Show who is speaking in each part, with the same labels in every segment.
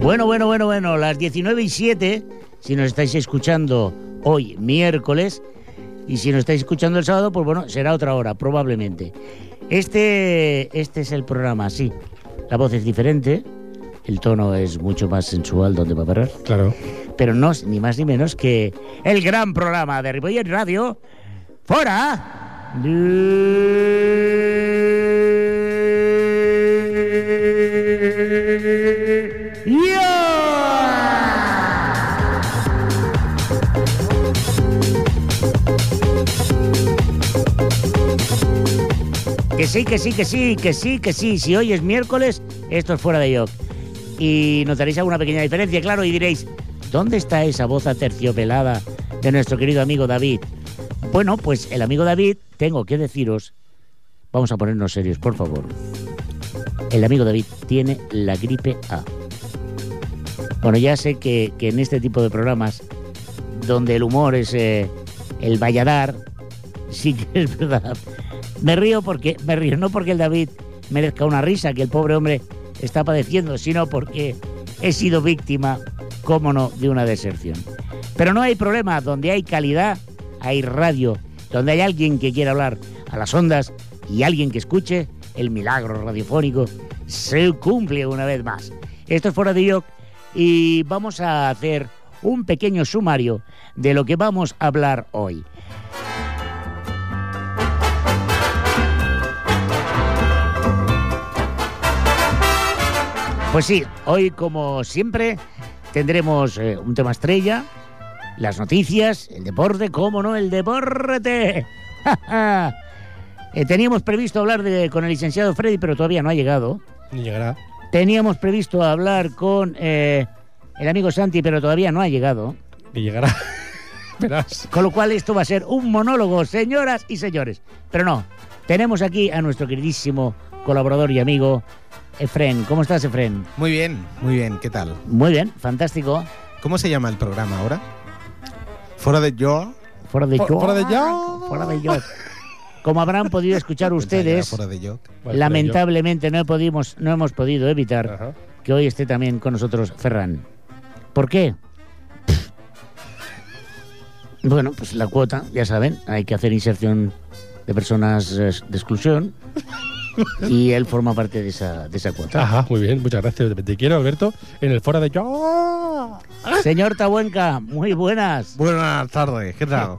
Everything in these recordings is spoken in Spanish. Speaker 1: Bueno, bueno, bueno, bueno, las 19 y 7, si nos estáis escuchando hoy miércoles, y si nos estáis escuchando el sábado, pues bueno, será otra hora, probablemente. Este, este es el programa, sí. La voz es diferente, el tono es mucho más sensual donde va a parar,
Speaker 2: Claro.
Speaker 1: pero no es ni más ni menos que el gran programa de Ripollet Radio, fuera de... ¡Ya! Que sí, que sí, que sí, que sí, que sí. Si hoy es miércoles, esto es fuera de York. Y notaréis alguna pequeña diferencia, claro, y diréis, ¿dónde está esa voz aterciopelada de nuestro querido amigo David? Bueno, pues el amigo David, tengo que deciros, vamos a ponernos serios, por favor. El amigo David tiene la gripe A. Bueno, ya sé que, que en este tipo de programas, donde el humor es eh, el valladar, sí que es verdad. Me río porque me río no porque el David merezca una risa que el pobre hombre está padeciendo, sino porque he sido víctima, cómo no, de una deserción. Pero no hay problema, donde hay calidad hay radio, donde hay alguien que quiera hablar a las ondas y alguien que escuche, el milagro radiofónico se cumple una vez más. Esto es Fuera de York y vamos a hacer un pequeño sumario de lo que vamos a hablar hoy. Pues sí, hoy como siempre tendremos eh, un tema estrella, las noticias, el deporte, cómo no, el deporte. ¡Ja, ja! Eh, Teníamos previsto hablar de- con el licenciado Freddy, pero todavía no ha llegado.
Speaker 2: Ni llegará.
Speaker 1: Teníamos previsto hablar con eh, el amigo Santi, pero todavía no ha llegado.
Speaker 2: Ni llegará. Verás.
Speaker 1: Con lo cual esto va a ser un monólogo, señoras y señores. Pero no, tenemos aquí a nuestro queridísimo colaborador y amigo Efren. ¿Cómo estás, Efren?
Speaker 3: Muy bien, muy bien, ¿qué tal?
Speaker 1: Muy bien, fantástico.
Speaker 3: ¿Cómo se llama el programa ahora? Fuera de yo.
Speaker 1: Fuera de
Speaker 2: Fu-
Speaker 1: yo.
Speaker 2: fuera de yo.
Speaker 1: Fuera de yo. Como habrán podido escuchar ustedes,
Speaker 3: Fuera de yo.
Speaker 2: Bueno,
Speaker 1: lamentablemente no, podimos, no hemos podido
Speaker 2: pero yo-
Speaker 1: evitar
Speaker 2: Ajá.
Speaker 1: que hoy esté también con nosotros Ferran. ¿Por qué? Pff. Bueno, pues la cuota, ya saben, hay que hacer inserción de personas eh, de exclusión y él forma parte de esa, de esa cuota.
Speaker 2: Ajá, muy bien, muchas gracias. Te quiero, Alberto. En el foro de yo.
Speaker 1: Señor Tabuenca, muy buenas.
Speaker 3: Buenas tardes, ¿qué tal?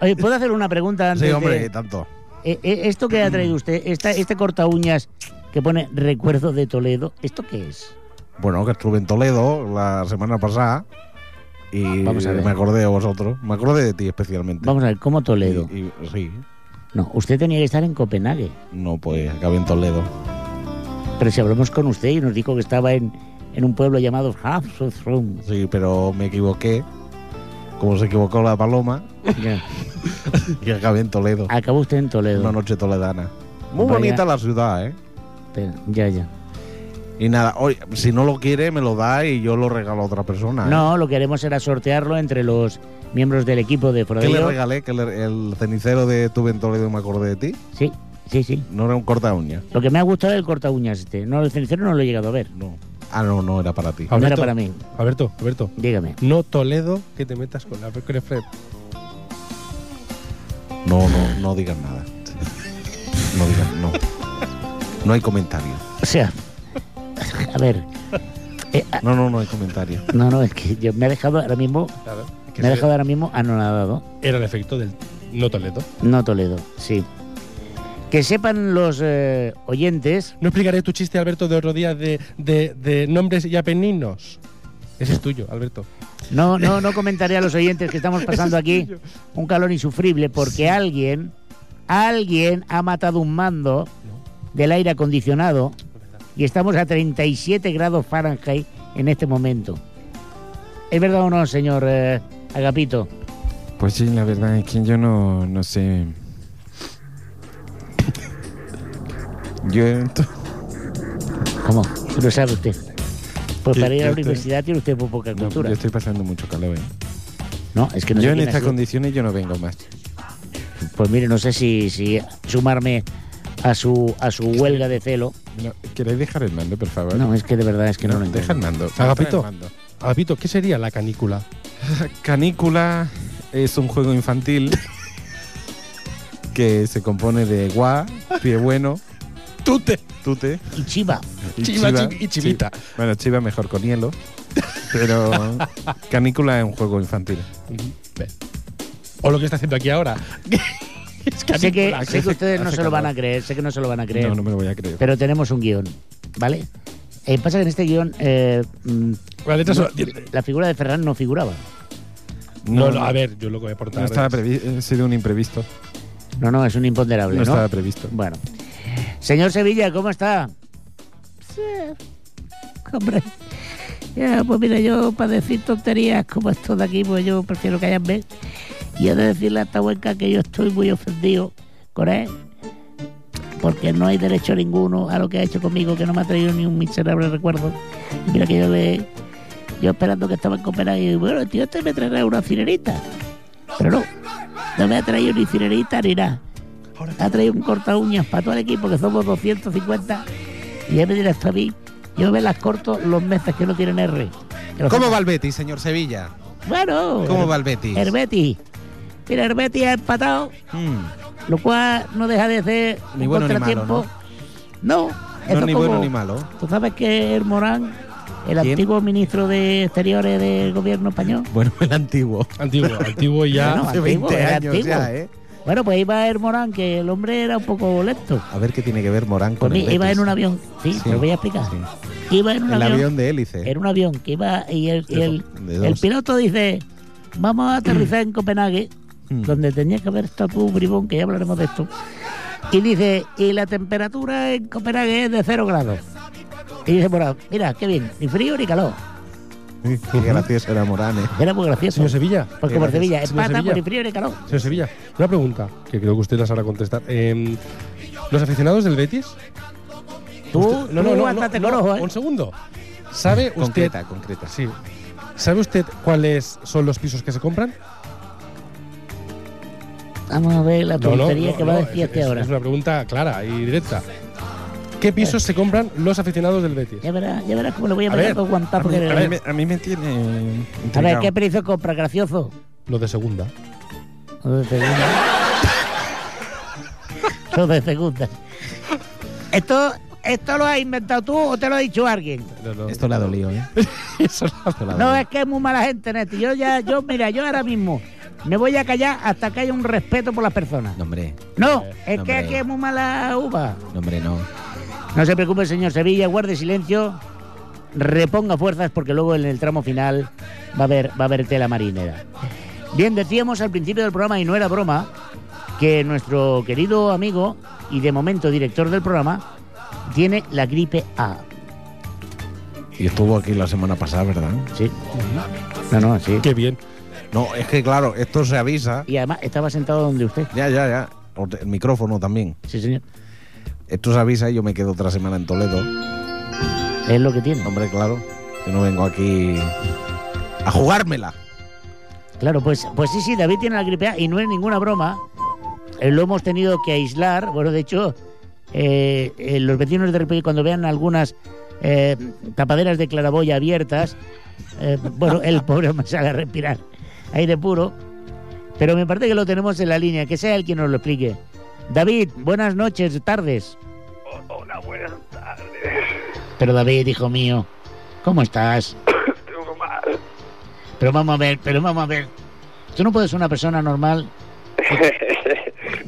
Speaker 1: Oye, ¿Puedo hacer una pregunta antes
Speaker 3: Sí, hombre,
Speaker 1: de-
Speaker 3: tanto.
Speaker 1: Eh, eh, esto que ha traído usted, esta, este corta uñas que pone recuerdo de Toledo, ¿esto qué es?
Speaker 3: Bueno, que estuve en Toledo la semana pasada y
Speaker 1: Vamos a ver.
Speaker 3: me acordé de vosotros. Me acordé de ti especialmente.
Speaker 1: Vamos a ver, ¿cómo Toledo?
Speaker 3: Y- y- sí,
Speaker 1: No, usted tenía que estar en Copenhague,
Speaker 3: no, pues acabé en Toledo.
Speaker 1: pero si hablamos con usted y nos dijo que estaba en, en un pueblo llamado Hafsrum.
Speaker 3: Sí, pero me equivoqué. Como se equivocó la paloma,
Speaker 1: Ya,
Speaker 3: y acabé en Toledo.
Speaker 1: Acabó usted en Toledo.
Speaker 3: Una noche toledana. Muy
Speaker 1: Vaya.
Speaker 3: bonita la ciudad, ¿eh?
Speaker 1: Espera, Ya, ya.
Speaker 3: Y nada, oye, si no lo quiere, me lo da y yo lo regalo a otra persona. ¿eh?
Speaker 1: No, lo que haremos será sortearlo entre los miembros del equipo de
Speaker 3: ¿Qué le
Speaker 1: Frodello.
Speaker 3: regalé? Que le- el cenicero de tu Toledo me acordé de ti.
Speaker 1: Sí, sí, sí.
Speaker 3: No era un corta uña.
Speaker 1: Lo que me ha gustado es el corta uñas este. No, el cenicero no lo he llegado a ver.
Speaker 3: No. Ah, no, no era para ti.
Speaker 1: No era
Speaker 2: Alberto.
Speaker 1: para mí.
Speaker 2: Alberto, Alberto.
Speaker 1: Dígame.
Speaker 2: No Toledo, que te metas con la con el Fred.
Speaker 3: No, no, no digas nada. No digas, no. No hay comentario.
Speaker 1: O sea, a ver. eh, a-
Speaker 3: No, no, no hay comentario.
Speaker 1: No, no, es que yo me ha dejado ahora mismo,
Speaker 2: Claro. Que
Speaker 1: me ha
Speaker 2: se-
Speaker 1: dejado ahora mismo anonadado.
Speaker 2: Era el efecto del no Toledo.
Speaker 1: No Toledo, sí. Que sepan los eh, oyentes,
Speaker 2: No explicaré tu chiste, Alberto, de otro día de, de, de nombres y apeninos. Ese es tuyo, Alberto.
Speaker 1: no, no, no comentaré a los oyentes que estamos pasando aquí un calor insufrible porque alguien, alguien ha matado un mando del aire acondicionado y estamos a 37 grados Fahrenheit en este momento. ¿Es verdad o no, señor eh, Agapito?
Speaker 4: Pues sí, la verdad es que yo no, no sé. Yo ento-
Speaker 1: ¿Cómo? Lo sabe usted. Pues
Speaker 4: Yo-
Speaker 1: para ir a la
Speaker 4: yo te-
Speaker 1: universidad tiene usted muy poca
Speaker 4: no, pues
Speaker 1: cultura.
Speaker 4: yo estoy pasando mucho calor. ¿eh?
Speaker 1: No, es que no sé
Speaker 4: yo en
Speaker 1: quién ha
Speaker 4: estas
Speaker 1: sido.
Speaker 4: condiciones yo no vengo más.
Speaker 1: Pues mire, no sé si, si sumarme a su a su huelga de celo.
Speaker 4: No, ¿Queréis dejar el mando, por favor?
Speaker 1: No, es que de verdad es que no, lo
Speaker 4: deja el
Speaker 1: entiendo.
Speaker 4: mando.
Speaker 2: Agapito.
Speaker 4: Trae el mando.
Speaker 2: Agapito, ¿qué sería la canícula?
Speaker 4: Canícula es un juego infantil que se compone de gua, pie bueno,
Speaker 2: Tute.
Speaker 4: tute
Speaker 1: Y Chiva.
Speaker 4: y
Speaker 2: Chiva, chi- y chivita.
Speaker 4: Chi- bueno, chiva mejor con hielo, pero canícula es un juego infantil.
Speaker 2: O lo que está haciendo aquí ahora. es
Speaker 1: Sé que,
Speaker 2: canícula.
Speaker 1: sé que ustedes no
Speaker 4: hace
Speaker 1: se lo van a
Speaker 4: calor.
Speaker 1: creer, sé que no se lo van a creer.
Speaker 4: No, no me lo voy a creer.
Speaker 1: Pero tenemos un guión, ¿vale? Eh, pasa que en este guión eh, mm,
Speaker 2: Las letras
Speaker 1: no-
Speaker 2: son- no,
Speaker 1: la figura de Ferran no figuraba.
Speaker 2: no, a ver, yo lo que voy a
Speaker 4: No
Speaker 2: aportar.
Speaker 4: estaba
Speaker 2: es-
Speaker 4: previsto, ha sido un imprevisto.
Speaker 1: No, no, es un imponderable,
Speaker 4: No
Speaker 1: ¿no?
Speaker 4: estaba previsto.
Speaker 1: Bueno. Señor Sevilla, ¿cómo está? hombre. Ya, pues mira, yo para decir tonterías como esto de aquí, pues yo prefiero callarme. Y he de decirle a esta hueca que yo estoy muy ofendido con él. Porque no hay derecho ninguno a lo que ha hecho conmigo, que no me ha traído ni un miserable recuerdo. Y mira que yo le... Yo esperando que estaba en Copenhague, y bueno, tío, este me traerá una cirerita. Pero no, no me ha traído ni cirerita ni nada ha traído un corta uñas para todo el equipo, que somos 250, y ya me dirás tú a mí, yo me las corto los meses que no tienen R. Que los-
Speaker 3: ¿Cómo va el Betis, señor Sevilla?
Speaker 1: Bueno,
Speaker 3: ¿Cómo va el Betis?
Speaker 1: el Betis. Mira, el Betis ha empatado,
Speaker 3: Mm,
Speaker 1: lo cual no deja de ser
Speaker 3: Ni
Speaker 1: un
Speaker 3: bueno ni malo,
Speaker 1: contratiempo. no, eso
Speaker 3: No, ni
Speaker 1: como-
Speaker 3: bueno ni malo.
Speaker 1: Tú sabes que el Morán, el
Speaker 3: ¿Quién?
Speaker 1: antiguo ministro de Exteriores del gobierno español,
Speaker 3: Bueno, el antiguo.
Speaker 2: Antiguo, antiguo ya.
Speaker 1: No,
Speaker 3: Hace
Speaker 1: antiguo,
Speaker 3: 20
Speaker 1: era
Speaker 3: años
Speaker 1: antiguo.
Speaker 3: ya, ¿eh?
Speaker 1: bueno, pues iba el Morán, que el hombre era un poco lento.
Speaker 3: A ver qué tiene que ver Morán con
Speaker 1: Pues
Speaker 3: el
Speaker 1: mi- iba
Speaker 3: Betis.
Speaker 1: en un avión, sí,
Speaker 3: Sí,
Speaker 1: te lo voy a explicar.
Speaker 3: sí.
Speaker 1: Iba en un
Speaker 3: El
Speaker 1: avión
Speaker 3: avión de hélice.
Speaker 1: Era un avión que iba y el, y
Speaker 3: De
Speaker 1: el,
Speaker 3: do- de
Speaker 1: el
Speaker 3: dos.
Speaker 1: piloto dice, vamos a aterrizar en Copenhague,
Speaker 3: Mm.
Speaker 1: donde tenía que haber estado tú, bribón, que ya hablaremos de esto. Y dice, y la temperatura en Copenhague es de cero grados. Y dice, Morán, mira, qué bien, ni frío ni calor.
Speaker 3: Qué gracioso era Morán, ¿eh?
Speaker 1: Era muy gracioso.
Speaker 2: Señor Sevilla.
Speaker 1: Porque por
Speaker 3: gracias.
Speaker 1: Sevilla es
Speaker 2: Señor
Speaker 1: pata,
Speaker 2: Sevilla.
Speaker 1: por ni frío ni calor.
Speaker 2: Señor Sevilla, una pregunta que creo que usted la sabrá contestar. Eh, ¿Los aficionados del Betis?
Speaker 1: Tú,
Speaker 2: Usted-
Speaker 1: tú bastante con ojo, ¿eh?
Speaker 2: Un segundo. ¿Sabe usted,
Speaker 3: Concreta, concreta.
Speaker 2: sí, ¿sabe usted cuáles son los pisos que se compran?
Speaker 1: Vamos a ver la
Speaker 2: No, no,
Speaker 1: tontería
Speaker 2: no,
Speaker 1: que va a
Speaker 2: no,
Speaker 1: decir
Speaker 2: es-
Speaker 1: este
Speaker 2: es-
Speaker 1: ahora.
Speaker 2: Es una pregunta clara y directa. ¿Qué pisos
Speaker 1: Eh.
Speaker 2: se compran los aficionados del Betis?
Speaker 1: Ya verás, ya verás cómo le voy a
Speaker 2: A
Speaker 1: meter
Speaker 2: ver,
Speaker 1: dos
Speaker 4: A
Speaker 1: guantazos.
Speaker 4: mí,
Speaker 1: que le-
Speaker 4: a mí me- a mí me tiene
Speaker 1: A ver,
Speaker 4: intrigado.
Speaker 1: ¿qué precio compra, gracioso?
Speaker 2: Los de segunda.
Speaker 1: Los de segunda. Los de segunda. Esto, ¿Esto lo has inventado tú o te lo ha dicho alguien?
Speaker 2: No, no.
Speaker 3: Esto le ha dolido, ¿eh?
Speaker 2: Eso no.
Speaker 3: Esto le ha
Speaker 1: No,
Speaker 3: dolido.
Speaker 1: es que es muy mala gente, Neti. Yo ya, yo, mira, yo ahora mismo me voy a callar hasta que haya un respeto por las personas.
Speaker 3: No, hombre.
Speaker 1: No, es
Speaker 3: No,
Speaker 1: que
Speaker 3: hombre.
Speaker 1: aquí es muy mala uva.
Speaker 3: No, hombre, no.
Speaker 1: No se preocupe, señor Sevilla, guarde silencio, reponga fuerzas porque luego en el tramo final va a haber, va a haber tela marinera. Bien, decíamos al principio del programa, y no era broma, que nuestro querido amigo y de momento director del programa tiene la gripe A.
Speaker 3: Y estuvo aquí la semana pasada, ¿verdad?
Speaker 1: Sí. No, no, sí.
Speaker 2: Qué bien.
Speaker 3: No, es que claro, esto se avisa.
Speaker 1: Y además estaba sentado donde usted.
Speaker 3: Ya, ya, ya. O te- El micrófono también.
Speaker 1: Sí, señor.
Speaker 3: Esto se avisa y yo me quedo otra semana en Toledo.
Speaker 1: Es lo que tiene.
Speaker 3: Hombre, claro. Yo no vengo aquí a jugármela.
Speaker 1: Claro, pues, pues sí, sí, David tiene la gripe A y no es ninguna broma. Eh, lo hemos tenido que aislar. Bueno, de hecho, eh, eh, los vecinos de Ripoll, cuando vean algunas eh, tapaderas de claraboya abiertas, eh, bueno, el pobre me sale a respirar aire puro. Pero me parece que lo tenemos en la línea, que sea él quien nos lo explique. David, buenas noches, tardes.
Speaker 5: Hola, buenas tardes.
Speaker 1: Pero David, hijo mío, ¿cómo estás?
Speaker 5: Tengo mal.
Speaker 1: Pero vamos a ver, pero vamos a ver. Tú no puedes ser una persona normal.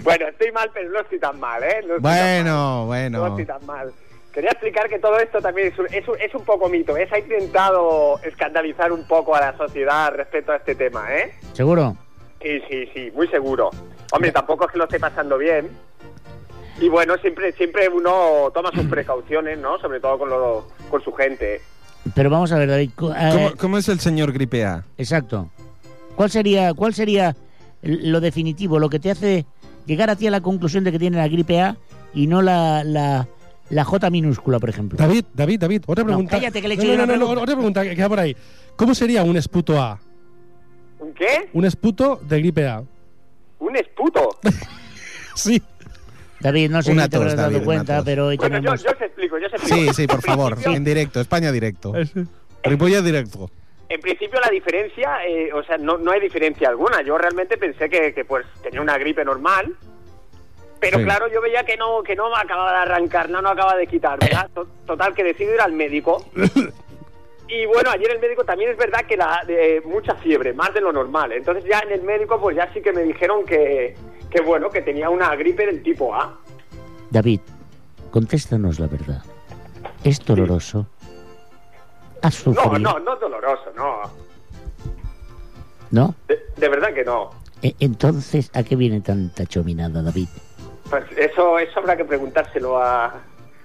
Speaker 5: bueno, estoy mal, pero no estoy tan mal, ¿eh? No estoy tan mal.
Speaker 3: Bueno,
Speaker 5: No
Speaker 3: bueno.
Speaker 1: Eh.
Speaker 5: estoy tan mal. Quería explicar que todo esto también es un, es un, es un poco mito. ¿eh? Se ha intentado escandalizar un poco a la sociedad respecto a este tema, ¿eh?
Speaker 1: ¿Seguro?
Speaker 5: Sí, sí, sí, muy seguro. Hombre, tampoco es que lo esté pasando bien. Y bueno, siempre siempre uno toma sus precauciones, ¿no? Sobre todo con, lo, con su gente.
Speaker 1: Pero vamos a ver, David. cu- a ver,
Speaker 4: ¿Cómo, cómo es el señor Gripea?
Speaker 1: Exacto. ¿Cuál sería, ¿Cuál sería l- lo definitivo, lo que te hace llegar a ti a la conclusión de que tiene la gripe A y no la, la, la J minúscula, por ejemplo?
Speaker 2: David, David, David, otra
Speaker 1: No,
Speaker 2: pregunta.
Speaker 1: cállate, que le he
Speaker 2: No,
Speaker 1: hecho yo
Speaker 2: no,
Speaker 1: una
Speaker 2: no, no,
Speaker 1: pregunta.
Speaker 2: otra pregunta que queda por ahí. ¿Cómo sería un esputo A?
Speaker 5: ¿Un qué?
Speaker 2: Un esputo de gripe A.
Speaker 5: Un esputo.
Speaker 2: Sí.
Speaker 1: David, no sé
Speaker 3: Una
Speaker 1: si te
Speaker 3: tos,
Speaker 1: habrás dado
Speaker 3: David, una
Speaker 1: cuenta,
Speaker 3: tos.
Speaker 1: pero hoy
Speaker 5: Bueno, yo,
Speaker 1: tenemos...
Speaker 5: yo os explico, yo os explico.
Speaker 3: Sí, sí, por favor.
Speaker 5: En
Speaker 3: En
Speaker 5: principio,
Speaker 3: directo, España directo. Ripollet directo.
Speaker 5: en principio la diferencia, eh, o sea, no, no hay diferencia alguna. Yo realmente pensé que, que, pues tenía una gripe normal, pero
Speaker 3: Sí.
Speaker 5: claro, yo veía que no, que no me acababa de arrancar, no, no acaba de quitar, ¿verdad? To- Total, que decido ir al médico. Y bueno, ayer el médico también es verdad que la de- mucha fiebre, más de lo normal. Entonces ya en el médico pues ya sí que me dijeron que, que bueno, que tenía una gripe del tipo A.
Speaker 1: David, contéstanos la verdad. ¿Es doloroso? ¿Has
Speaker 5: No,
Speaker 1: sufrido?
Speaker 5: no, no es doloroso, no.
Speaker 1: ¿No?
Speaker 5: De, de verdad que no.
Speaker 1: E- Entonces, ¿a qué viene tanta chominada, David?
Speaker 5: Pues eso, eso habrá que preguntárselo a,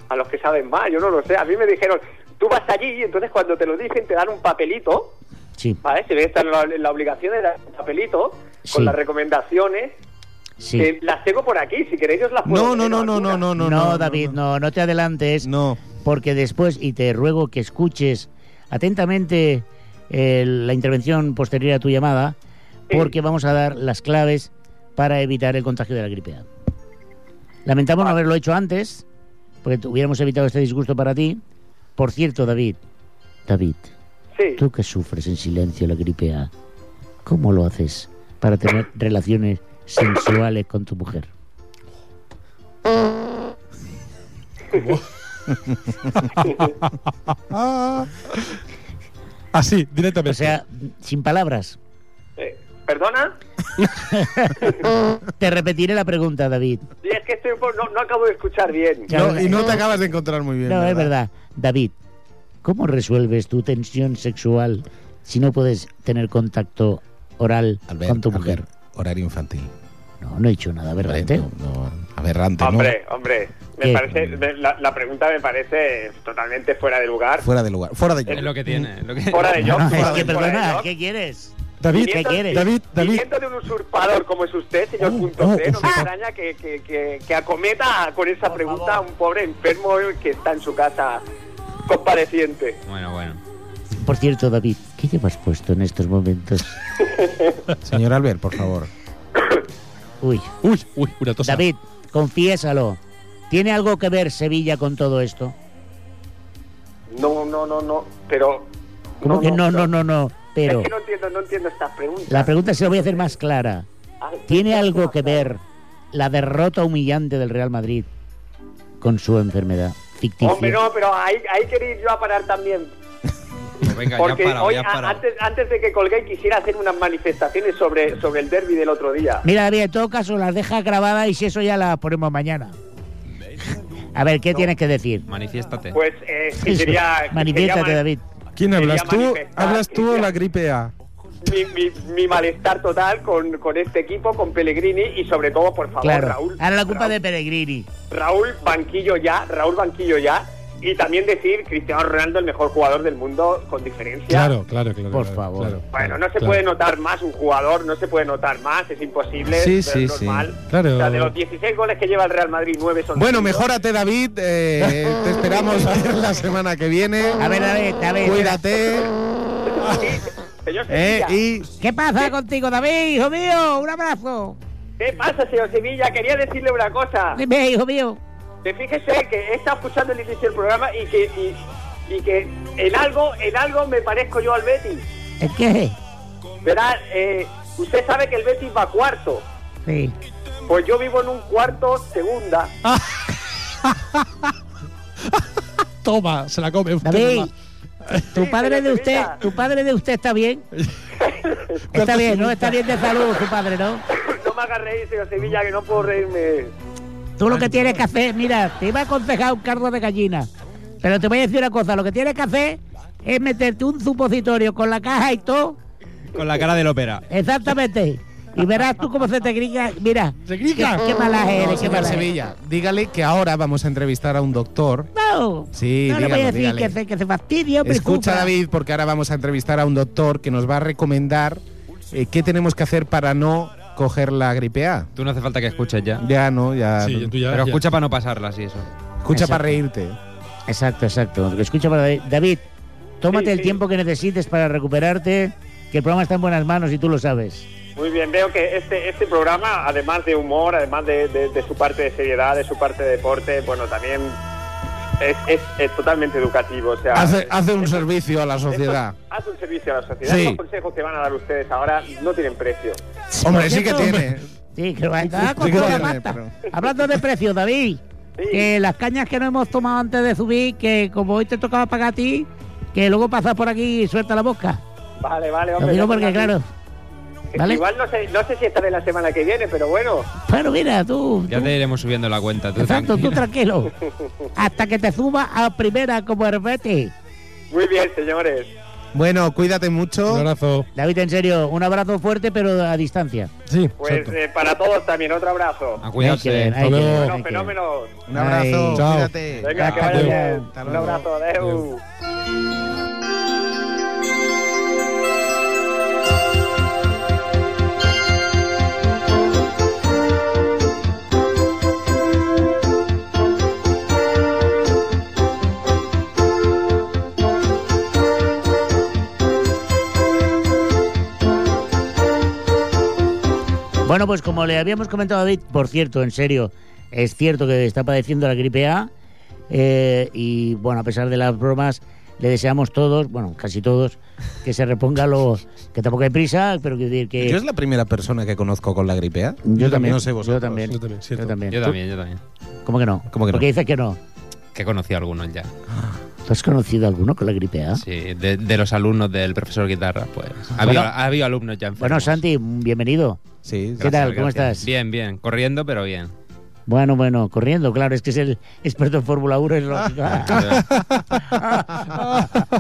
Speaker 5: a los que saben más, yo no lo sé. A mí me dijeron, tú vas allí y entonces cuando te lo dicen te dan un papelito,
Speaker 1: Sí,
Speaker 5: ¿vale? Se ve estar en la, en la obligación de dar un papelito
Speaker 1: Sí.
Speaker 5: con las recomendaciones.
Speaker 1: sí.
Speaker 5: Eh, las tengo por aquí, si queréis os las puedo
Speaker 3: No, no,
Speaker 5: leer
Speaker 3: no, no, no,
Speaker 5: algunas.
Speaker 3: no, no.
Speaker 1: no, David,
Speaker 3: no.
Speaker 1: no. no, te adelantes,
Speaker 3: No.
Speaker 1: porque después, y te ruego que escuches atentamente eh, la intervención posterior a tu llamada,
Speaker 5: Sí.
Speaker 1: porque vamos a dar las claves para evitar el contagio de la gripe A. Lamentamos no
Speaker 5: Vale.
Speaker 1: haberlo hecho antes, porque te- hubiéramos evitado este disgusto para ti. Por cierto, David, David,
Speaker 5: Sí.
Speaker 1: tú que sufres en silencio la gripe A, ¿cómo lo haces para tener relaciones sensuales con tu mujer?
Speaker 2: Así,
Speaker 1: O
Speaker 2: directamente.
Speaker 1: sea, sin palabras.
Speaker 5: Eh, ¿Perdona?
Speaker 1: Te repetiré la pregunta, David.
Speaker 5: Y es que estoy un po- no, no acabo de escuchar bien.
Speaker 3: No, y no te acabas de encontrar muy bien.
Speaker 1: eh, No, es verdad. David, ¿cómo resuelves tu tensión sexual si no puedes tener contacto oral
Speaker 3: Albert,
Speaker 1: con tu
Speaker 3: Albert,
Speaker 1: mujer?
Speaker 3: horario infantil.
Speaker 1: No, no he dicho nada, ¿verdad?
Speaker 3: No, no, aberrante, ¿no?
Speaker 5: Hombre, hombre, me
Speaker 1: ¿Qué?
Speaker 5: parece, me- la, la pregunta me parece totalmente fuera de lugar.
Speaker 3: Fuera de lugar. Fuera de
Speaker 5: Es
Speaker 3: yo.
Speaker 6: que tiene. Lo que...
Speaker 5: Fuera de yo.
Speaker 1: No, es
Speaker 5: fuera de-
Speaker 1: que
Speaker 5: fuera de
Speaker 1: perdona,
Speaker 5: yo.
Speaker 1: ¿qué quieres? ¿qué
Speaker 2: David,
Speaker 5: Viniendo-
Speaker 1: quieres?
Speaker 2: David, David.
Speaker 5: Viniendo de un usurpador como es usted, señor
Speaker 2: Oh,
Speaker 5: Punto
Speaker 2: oh,
Speaker 5: C, no
Speaker 2: usurpa-
Speaker 5: me extraña que, que- que- que acometa con esa
Speaker 1: Por
Speaker 5: pregunta a
Speaker 1: favor.
Speaker 5: un pobre enfermo que está en su casa compareciente.
Speaker 6: Bueno, bueno.
Speaker 1: Por cierto, David, ¿qué llevas puesto en estos momentos?
Speaker 3: Señor Albert, por favor.
Speaker 1: Uy,
Speaker 2: Uy, uy, una tosa.
Speaker 1: David, confiésalo. ¿Tiene algo que ver Sevilla con todo esto?
Speaker 5: No, no, no, no, pero...
Speaker 1: ¿Cómo que no, no, no, no? Pero
Speaker 5: Es que no entiendo, no entiendo Ah, estas preguntas.
Speaker 1: la pregunta se la voy a hacer más clara.
Speaker 5: Ay,
Speaker 1: ¿Tiene algo que ver la derrota humillante del Real Madrid con su enfermedad ficticia?
Speaker 5: Hombre, no, pero ahí, ahí quería ir yo a parar también.
Speaker 6: Pues venga,
Speaker 5: Porque
Speaker 6: ya parado,
Speaker 5: hoy,
Speaker 6: ya
Speaker 5: a-
Speaker 6: parado.
Speaker 5: antes, antes de que colgué, quisiera hacer unas manifestaciones sobre, sobre el derby del otro día.
Speaker 1: Mira, David, en todo caso, las dejas grabadas y si eso ya las ponemos mañana. A ver, ¿qué tienes que decir?
Speaker 6: Manifiéstate.
Speaker 5: Pues eh, sí, quería...
Speaker 1: Manifiéstate,
Speaker 5: quería-
Speaker 1: David.
Speaker 2: ¿Quién
Speaker 5: Quería
Speaker 2: hablas tú?
Speaker 5: manifestar
Speaker 2: ¿Hablas tú o
Speaker 5: que-
Speaker 2: la gripe A?
Speaker 5: mi, mi, mi malestar total con, con este equipo, con Pellegrini y sobre todo, por favor,
Speaker 1: Claro.
Speaker 5: Raúl.
Speaker 1: Ahora la culpa
Speaker 5: Raúl,
Speaker 1: de Peregrini.
Speaker 5: Raúl, banquillo ya, Raúl, banquillo ya. Y también decir Cristiano Ronaldo, el mejor jugador del mundo, con diferencia.
Speaker 2: Claro, claro, claro.
Speaker 1: Por
Speaker 2: claro,
Speaker 1: favor.
Speaker 2: claro,
Speaker 5: Bueno, no se
Speaker 2: claro.
Speaker 5: puede notar más un jugador, no se puede notar más, es imposible.
Speaker 3: Sí,
Speaker 5: pero
Speaker 3: sí,
Speaker 5: es normal.
Speaker 2: Claro.
Speaker 5: O sea, de los 16 goles que lleva el Real Madrid, 9 son.
Speaker 3: Bueno,
Speaker 5: suyos.
Speaker 3: mejórate, David. eh, te esperamos a ver la semana que viene.
Speaker 1: A ver, David, David.
Speaker 3: Cuídate.
Speaker 5: Sí, señor
Speaker 3: eh,
Speaker 5: Sevilla.
Speaker 3: y
Speaker 1: ¿Qué pasa contigo, David, hijo mío? Un abrazo.
Speaker 5: ¿Qué pasa, señor Sevilla? Quería decirle una cosa.
Speaker 1: Dime, hijo mío.
Speaker 5: Que fíjese que he estado escuchando el inicio del programa y que, y, y que en algo, en algo me parezco yo al Betis.
Speaker 1: ¿El qué?
Speaker 5: Verá, eh, usted sabe que el Betis va cuarto.
Speaker 1: Sí.
Speaker 5: Pues yo vivo en un cuarto segunda.
Speaker 2: Toma, se la come usted.
Speaker 1: David,
Speaker 2: nomás.
Speaker 1: tu
Speaker 5: Sí,
Speaker 1: padre de
Speaker 5: señor
Speaker 1: usted,
Speaker 5: Sevilla.
Speaker 1: tu padre de usted está bien. Está bien, ¿no? Está bien de salud su padre, ¿no?
Speaker 5: No me haga reír, señor Sevilla, que no puedo reírme.
Speaker 1: Tú lo que tienes que hacer, mira, te iba a aconsejar un cardo de gallina. Pero te voy a decir una cosa, lo que tienes que hacer es meterte un supositorio con la caja y todo,
Speaker 6: Con la cara del ópera.
Speaker 1: exactamente. Y verás tú cómo se te grita, mira.
Speaker 2: ¿Se grita?
Speaker 1: Qué, qué malaje
Speaker 3: No,
Speaker 1: eres, qué
Speaker 3: señor
Speaker 1: malaje.
Speaker 3: Sevilla, dígale que ahora vamos a entrevistar a un doctor.
Speaker 1: No,
Speaker 3: Sí,
Speaker 1: no le voy a
Speaker 3: dígalo,
Speaker 1: decir
Speaker 3: dígale.
Speaker 1: que se, que se fastidie, hombre,
Speaker 3: Escucha,
Speaker 1: sufra.
Speaker 3: David, porque ahora vamos a entrevistar a un doctor que nos va a recomendar eh, qué tenemos que hacer para no coger la gripe A.
Speaker 6: Tú no hace falta que escuches ya.
Speaker 3: Ya no, ya.
Speaker 2: Sí,
Speaker 3: no.
Speaker 2: tú ya-
Speaker 6: Pero
Speaker 2: ya.
Speaker 6: escucha para no pasarlas y eso.
Speaker 3: Escucha
Speaker 1: Exacto.
Speaker 3: para reírte.
Speaker 1: Exacto, exacto. Lo que Escucha para David. David, tómate
Speaker 5: Sí,
Speaker 1: el
Speaker 5: sí.
Speaker 1: tiempo que necesites para recuperarte, que el programa está en buenas manos y tú lo sabes.
Speaker 5: Muy bien, veo que este, este programa, además de humor, además de, de- de su parte de seriedad, de su parte de deporte, bueno, también es, es- es totalmente educativo. O sea,
Speaker 3: Hace, hace un
Speaker 5: esto-
Speaker 3: servicio a la sociedad.
Speaker 5: esto hace un servicio a la sociedad.
Speaker 3: Sí.
Speaker 5: Los consejos que van a dar ustedes ahora no tienen precio.
Speaker 3: Hombre, sí que
Speaker 1: Por cierto,
Speaker 3: tiene.
Speaker 1: Sí, que va a estar con
Speaker 3: Sí que
Speaker 1: toda
Speaker 3: tiene,
Speaker 1: la pasta.
Speaker 3: pero-
Speaker 1: Hablando de precios, David,
Speaker 5: Sí.
Speaker 1: que las cañas que no hemos tomado antes de subir, que como hoy te tocaba pagar a ti, que luego pasas por aquí y suelta la mosca.
Speaker 5: Vale, vale,
Speaker 1: Lo
Speaker 5: hombre.
Speaker 1: digo
Speaker 5: ya
Speaker 1: porque,
Speaker 5: está.
Speaker 1: claro. ¿Vale?
Speaker 5: Igual no sé, no sé si estaré la semana que viene, pero bueno.
Speaker 1: Bueno, mira, tú.
Speaker 6: Ya
Speaker 1: tú-
Speaker 6: te iremos subiendo la cuenta. Tú,
Speaker 1: Exacto, tú
Speaker 6: tranquila.
Speaker 1: tranquilo. Hasta que te subas a primera como herbete.
Speaker 5: Muy bien, señores.
Speaker 3: Bueno, cuídate
Speaker 2: Un
Speaker 3: mucho.
Speaker 2: abrazo.
Speaker 1: David, en serio, un abrazo fuerte, pero a distancia.
Speaker 2: Sí,
Speaker 5: Pues
Speaker 2: exacto.
Speaker 5: eh, para todos también, otro abrazo.
Speaker 6: A
Speaker 1: Hay que ver, hay
Speaker 6: cuidarse.
Speaker 1: que
Speaker 2: luego.
Speaker 1: ver, hay
Speaker 5: Bueno,
Speaker 1: que ver.
Speaker 5: fenómenos.
Speaker 3: Un abrazo.
Speaker 1: Ay.
Speaker 2: Chao.
Speaker 3: Cuídate.
Speaker 5: Venga, que vaya
Speaker 2: Adiós.
Speaker 5: bien.
Speaker 3: Hasta
Speaker 5: Un
Speaker 3: luego.
Speaker 5: abrazo, adeu.
Speaker 1: Bueno, pues como le habíamos comentado a David, por cierto, en serio, es cierto que está padeciendo la gripe A eh, y bueno, a pesar de las bromas, le deseamos todos, bueno, casi todos, que se reponga lo que tampoco hay prisa, pero quiero decir que
Speaker 4: Yo es la primera persona que conozco con la gripe A.
Speaker 1: Yo también,
Speaker 4: No sé
Speaker 1: yo
Speaker 4: vosotros.
Speaker 1: también,
Speaker 2: Yo también, cierto.
Speaker 1: yo también.
Speaker 6: Yo también, yo también.
Speaker 1: ¿Tú? ¿Cómo que no?
Speaker 4: ¿Cómo que no?
Speaker 1: Porque dices que no.
Speaker 6: Que he conocido algunos ya.
Speaker 1: ¿Tú has conocido alguno con la gripe A?
Speaker 6: Sí, de, de los alumnos del profesor guitarra, pues. Ha
Speaker 1: Ah. Bueno.
Speaker 6: habido, ha habido alumnos ya enfermos.
Speaker 1: Bueno, Santi, bienvenido.
Speaker 4: Sí,
Speaker 1: ¿Qué tal? ¿Cómo
Speaker 6: gracias.
Speaker 1: estás?
Speaker 6: Bien, bien. Corriendo, pero bien.
Speaker 1: Bueno, bueno, corriendo, claro, es que es el experto en Fórmula 1 en lógica.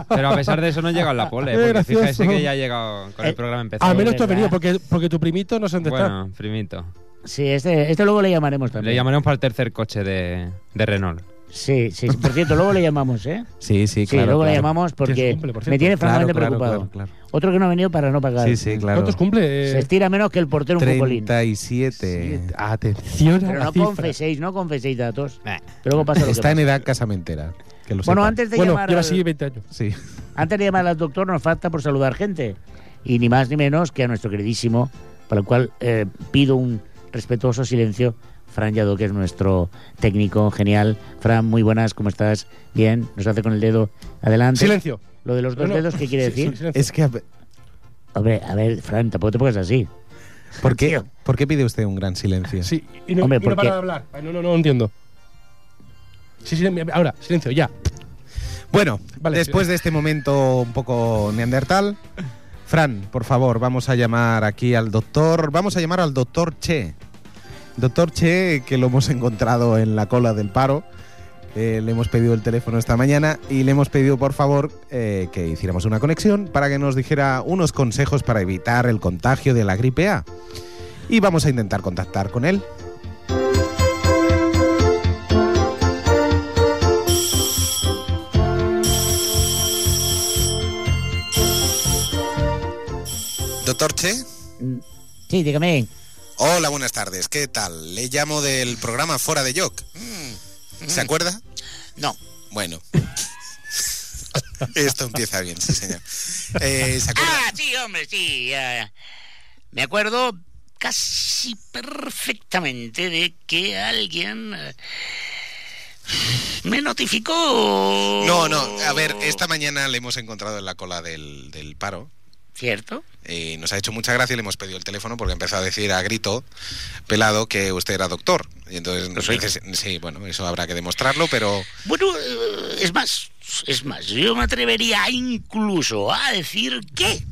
Speaker 6: Pero a pesar de eso no he llegado a la pole,
Speaker 2: Qué
Speaker 6: porque
Speaker 2: gracioso.
Speaker 6: fíjese que ya ha llegado con
Speaker 1: Eh,
Speaker 6: el programa empezado.
Speaker 2: A Ah, menos tú has
Speaker 1: ¿verdad?
Speaker 2: venido porque, porque tu primito no sé dónde está.
Speaker 6: Bueno, primito.
Speaker 1: Sí, este, este luego le llamaremos también.
Speaker 6: Le llamaremos para el tercer coche de, de Renault.
Speaker 1: Sí, sí, sí, por cierto, luego le llamamos, ¿eh?
Speaker 4: Sí, sí,
Speaker 1: Sí,
Speaker 4: claro.
Speaker 1: luego le
Speaker 4: claro.
Speaker 1: llamamos
Speaker 2: Que
Speaker 1: porque
Speaker 2: se cumple, por
Speaker 1: me
Speaker 2: cierto.
Speaker 1: tiene francamente
Speaker 4: Claro, claro,
Speaker 1: preocupado.
Speaker 4: claro,
Speaker 1: Otro que no ha venido para no pagar.
Speaker 4: Sí, sí, claro.
Speaker 2: ¿Cuántos cumple? Eh,
Speaker 1: Se estira menos que el portero un cocolín.
Speaker 4: 37.
Speaker 2: Atención
Speaker 4: Atención.
Speaker 2: a
Speaker 1: Pero
Speaker 2: la
Speaker 1: no
Speaker 2: cifra.
Speaker 1: confeséis, no confeséis datos.
Speaker 6: Eh,
Speaker 1: Que luego pasa lo que
Speaker 4: Está en
Speaker 1: pasa.
Speaker 4: edad casamentera. Que lo
Speaker 1: Bueno,
Speaker 4: sepan.
Speaker 1: antes de,
Speaker 2: Bueno,
Speaker 1: llamar
Speaker 2: lleva
Speaker 1: al,
Speaker 2: así 20 años.
Speaker 4: Sí.
Speaker 1: antes de llamar al doctor nos falta por saludar gente. Y ni más ni menos que a nuestro queridísimo, para el cual eh, pido un respetuoso silencio, Fran Yado, que es nuestro técnico genial. Fran, muy buenas, ¿cómo estás? Bien, nos hace con el dedo. Adelante.
Speaker 2: Silencio.
Speaker 1: Lo de los dos
Speaker 2: No, no.
Speaker 1: dedos, ¿qué quiere
Speaker 2: Sí,
Speaker 1: decir?
Speaker 2: sí, silencio.
Speaker 4: Es que. a ver,
Speaker 1: Hombre, a ver, Fran, tampoco te pongas así.
Speaker 4: ¿por qué,
Speaker 1: Tío.
Speaker 4: ¿Por qué pide usted un gran silencio?
Speaker 2: Sí, y no,
Speaker 1: Hombre,
Speaker 2: y no
Speaker 1: ¿por
Speaker 2: para
Speaker 1: qué?
Speaker 2: de hablar. Ay, no, no, no entiendo. Sí, sí, ahora, silencio, ya.
Speaker 4: Bueno,
Speaker 2: Vale,
Speaker 4: después de este momento un poco neandertal, Fran, por favor, vamos a llamar aquí al doctor. Vamos a llamar al doctor Che. Doctor Che, que lo hemos encontrado en la cola del paro. Eh, le hemos pedido el teléfono esta mañana y le hemos pedido, por favor, eh, que hiciéramos una conexión para que nos dijera unos consejos para evitar el contagio de la gripe A. Y vamos a intentar contactar con él. Doctor Che.
Speaker 1: Mm, Sí, dígame.
Speaker 4: Hola, buenas tardes. ¿Qué tal? Le llamo del programa Fora de Joc. ¿Se acuerda?
Speaker 7: No.
Speaker 4: Bueno. Esto empieza bien, sí, señor. Eh, ¿Se acuerda?
Speaker 7: Ah, sí, hombre, sí. ah, me acuerdo casi perfectamente de que alguien eh, me notificó.
Speaker 4: No, no. A ver, esta mañana le hemos encontrado en la cola del, del paro.
Speaker 7: ¿Cierto?
Speaker 4: Eh, nos ha hecho mucha gracia y le hemos pedido el teléfono porque empezó a decir a grito pelado que usted era doctor. Y entonces nos
Speaker 7: soy.
Speaker 4: dice, sí, bueno, eso habrá que demostrarlo, pero
Speaker 7: Bueno, eh, es más, es más, yo me atrevería incluso a decir que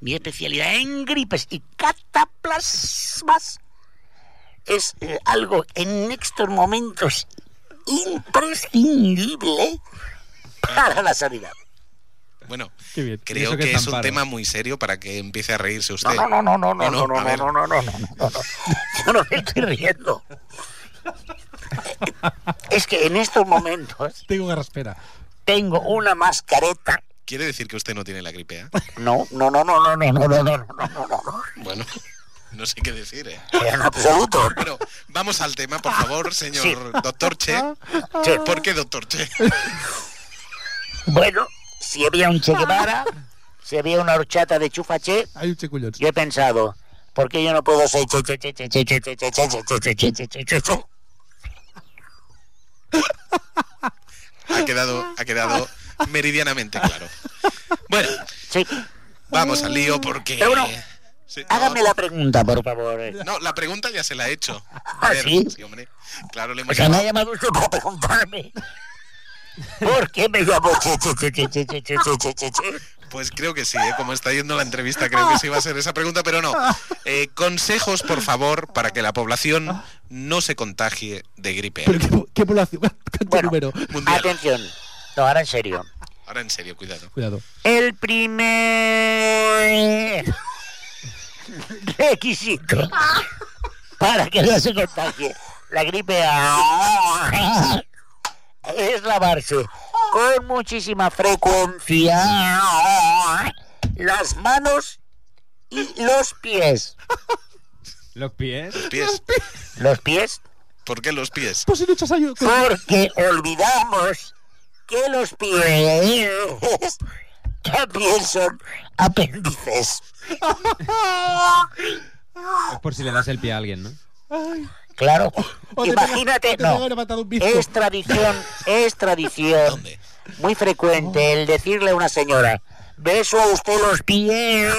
Speaker 7: mi especialidad en gripes y cataplasmas es eh, algo en estos momentos imprescindible para la sanidad.
Speaker 4: bueno,
Speaker 2: Qué bien.
Speaker 6: ¿Y eso
Speaker 4: creo
Speaker 6: qué
Speaker 4: que
Speaker 6: es
Speaker 4: es un
Speaker 6: amparo?
Speaker 4: tema muy serio para que empiece a reírse usted.
Speaker 7: No, no, no, no, no,
Speaker 4: No, no,
Speaker 7: no, no,
Speaker 4: a
Speaker 7: no,
Speaker 4: ver.
Speaker 7: no, no, no, no, no, no, no. Yo no me estoy riendo. Es que en estos momentos
Speaker 2: Tengo garraspera.
Speaker 7: tengo una mascareta
Speaker 4: ¿Quiere decir que usted no tiene la gripe A?
Speaker 7: No, no, no, no, no, no, no, no, no, no, no, no, no.
Speaker 4: Bueno, no sé qué decir, ¿eh?
Speaker 7: En absoluto.
Speaker 4: Bueno, vamos al tema, por favor, señor
Speaker 7: Sí.
Speaker 4: doctor Che.
Speaker 7: Sí.
Speaker 4: ¿Por qué doctor Che?
Speaker 7: Bueno, si había un Che Guevara, si había una horchata de chufache,
Speaker 2: Hay un checullón.
Speaker 7: yo he pensado, ¿Por qué yo no puedo ser...
Speaker 8: Ha quedado, ha quedado meridianamente claro. Bueno,
Speaker 7: Sí.
Speaker 8: vamos al lío porque.
Speaker 7: Pero bueno,
Speaker 8: Sí, no,
Speaker 7: Hágame la pregunta, por favor.
Speaker 8: No, la pregunta ya se la he hecho.
Speaker 7: ¿Ah, sí?
Speaker 8: hombre. Claro, le
Speaker 7: O
Speaker 8: hemos
Speaker 7: sea, me ha
Speaker 8: llamado.
Speaker 7: llamado usted para preguntarme. ¿Por qué me llamó?
Speaker 8: Pues creo que sí, ¿eh? como está yendo la entrevista, creo que sí va a ser esa pregunta, pero no. Eh, consejos, por favor, para que la población no se contagie de gripe.
Speaker 2: Pero qué, po- qué población. ¿Cuánto
Speaker 7: Bueno.
Speaker 2: número?
Speaker 8: Mundial.
Speaker 7: Atención. No, ahora en serio.
Speaker 8: Ahora en serio, cuidado.
Speaker 2: Cuidado.
Speaker 7: El primer requisito para que no se contagie la gripe A es lavarse con muchísima frecuencia las manos y los pies.
Speaker 6: ¿Los pies?
Speaker 8: Pies.
Speaker 7: ¿Los pies?
Speaker 8: ¿Por qué los pies?
Speaker 2: Pues si no echas ayu-
Speaker 7: Porque olvidamos que los pies también son apéndices.
Speaker 6: Es por si le das el pie a alguien, ¿no?
Speaker 7: Claro.
Speaker 2: O te pega- o
Speaker 7: Imagínate,
Speaker 2: te pega
Speaker 7: no.
Speaker 2: una patada, un bizco.
Speaker 7: Es tradición, es tradición
Speaker 8: ¿Dónde?
Speaker 7: muy frecuente el decirle a una señora, beso a usted los pies.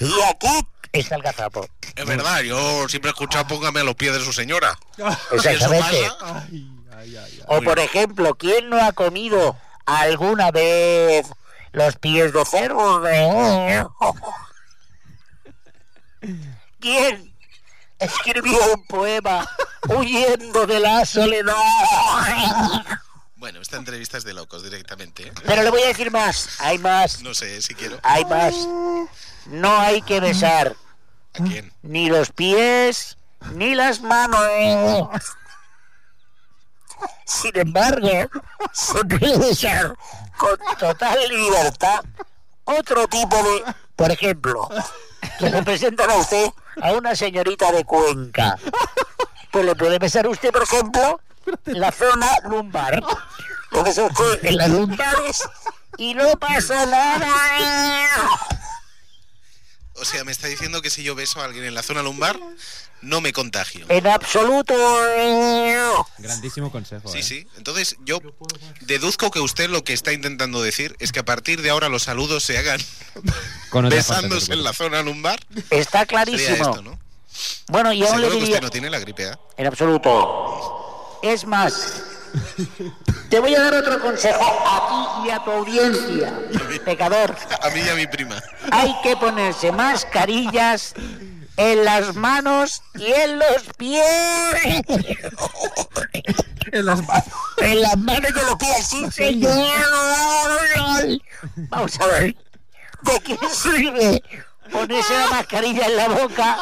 Speaker 7: Y aquí está el gazapo.
Speaker 8: Es verdad, yo siempre he escuchado póngame a los pies de su señora. Si eso
Speaker 7: Exactamente.
Speaker 8: pasa,
Speaker 7: O por ejemplo, ¿quién no ha comido alguna vez los pies de cerdo? ¿Quién escribió un poema huyendo de la soledad?
Speaker 8: bueno, esta entrevista es de locos directamente. ¿eh?
Speaker 7: Pero le voy a decir más, hay más,
Speaker 8: No sé ¿eh? si quiero.
Speaker 7: hay más. No hay que besar
Speaker 8: ¿A quién?
Speaker 7: ni los pies ni las manos. Sin embargo, se puede besar con total libertad otro tipo de, por ejemplo, que le presentan a usted a una señorita de Cuenca. Pues le puede besar usted, por ejemplo, la zona lumbar. Lo besa usted en las lumbares y no pasa nada.
Speaker 8: O sea, me está diciendo que si yo beso a alguien en la zona lumbar, no me contagio.
Speaker 7: En absoluto.
Speaker 6: Grandísimo consejo.
Speaker 8: Sí,
Speaker 6: ¿eh?
Speaker 8: sí. Entonces yo deduzco que usted lo que está intentando decir es que a partir de ahora los saludos se hagan
Speaker 6: Con otra parte del
Speaker 8: besándose
Speaker 6: cuerpo.
Speaker 8: en la zona lumbar.
Speaker 7: Está
Speaker 8: Sería
Speaker 7: clarísimo.
Speaker 8: esto, ¿no?
Speaker 7: Bueno, y aún le
Speaker 8: Seguro que
Speaker 7: diría.
Speaker 8: usted no tiene la gripe ¿eh? A.
Speaker 7: En absoluto. Es más, te voy a dar otro consejo a ti y a tu audiencia, pecador.
Speaker 8: A mí y a mi prima.
Speaker 7: Hay que ponerse mascarillas en las manos y en los pies.
Speaker 2: en las manos.
Speaker 7: En las manos de los pies, sí, señor. Vamos a ver. ¿De qué sirve ponerse la mascarilla en la boca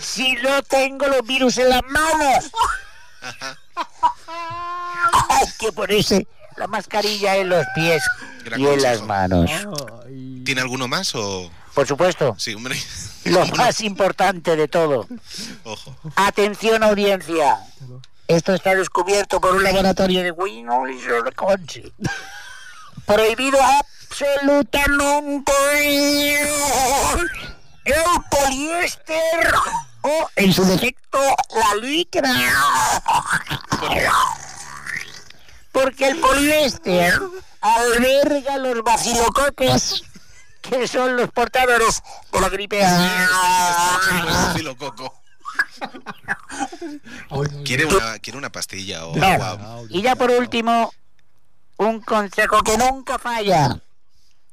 Speaker 7: si no tengo los virus en las manos? Hay que ponerse la mascarilla en los pies
Speaker 8: Gran
Speaker 7: y en las
Speaker 8: consejo.
Speaker 7: manos.
Speaker 8: ¿Tiene alguno más o...?
Speaker 7: Por supuesto,
Speaker 8: Sí, hombre.
Speaker 7: lo más importante de todo.
Speaker 8: Ojo.
Speaker 7: Atención audiencia. Esto está descubierto por un laboratorio de Winchester, Wisconsin. Prohibido absolutamente el poliéster o en su defecto la licra. Porque el poliéster alberga los bacilococos que son los portadores de la gripe A.
Speaker 8: Filo coco. ¿Quiere una, quiere una pastilla o
Speaker 7: Claro.
Speaker 8: agua?
Speaker 7: Y ya por último, un consejo que nunca falla.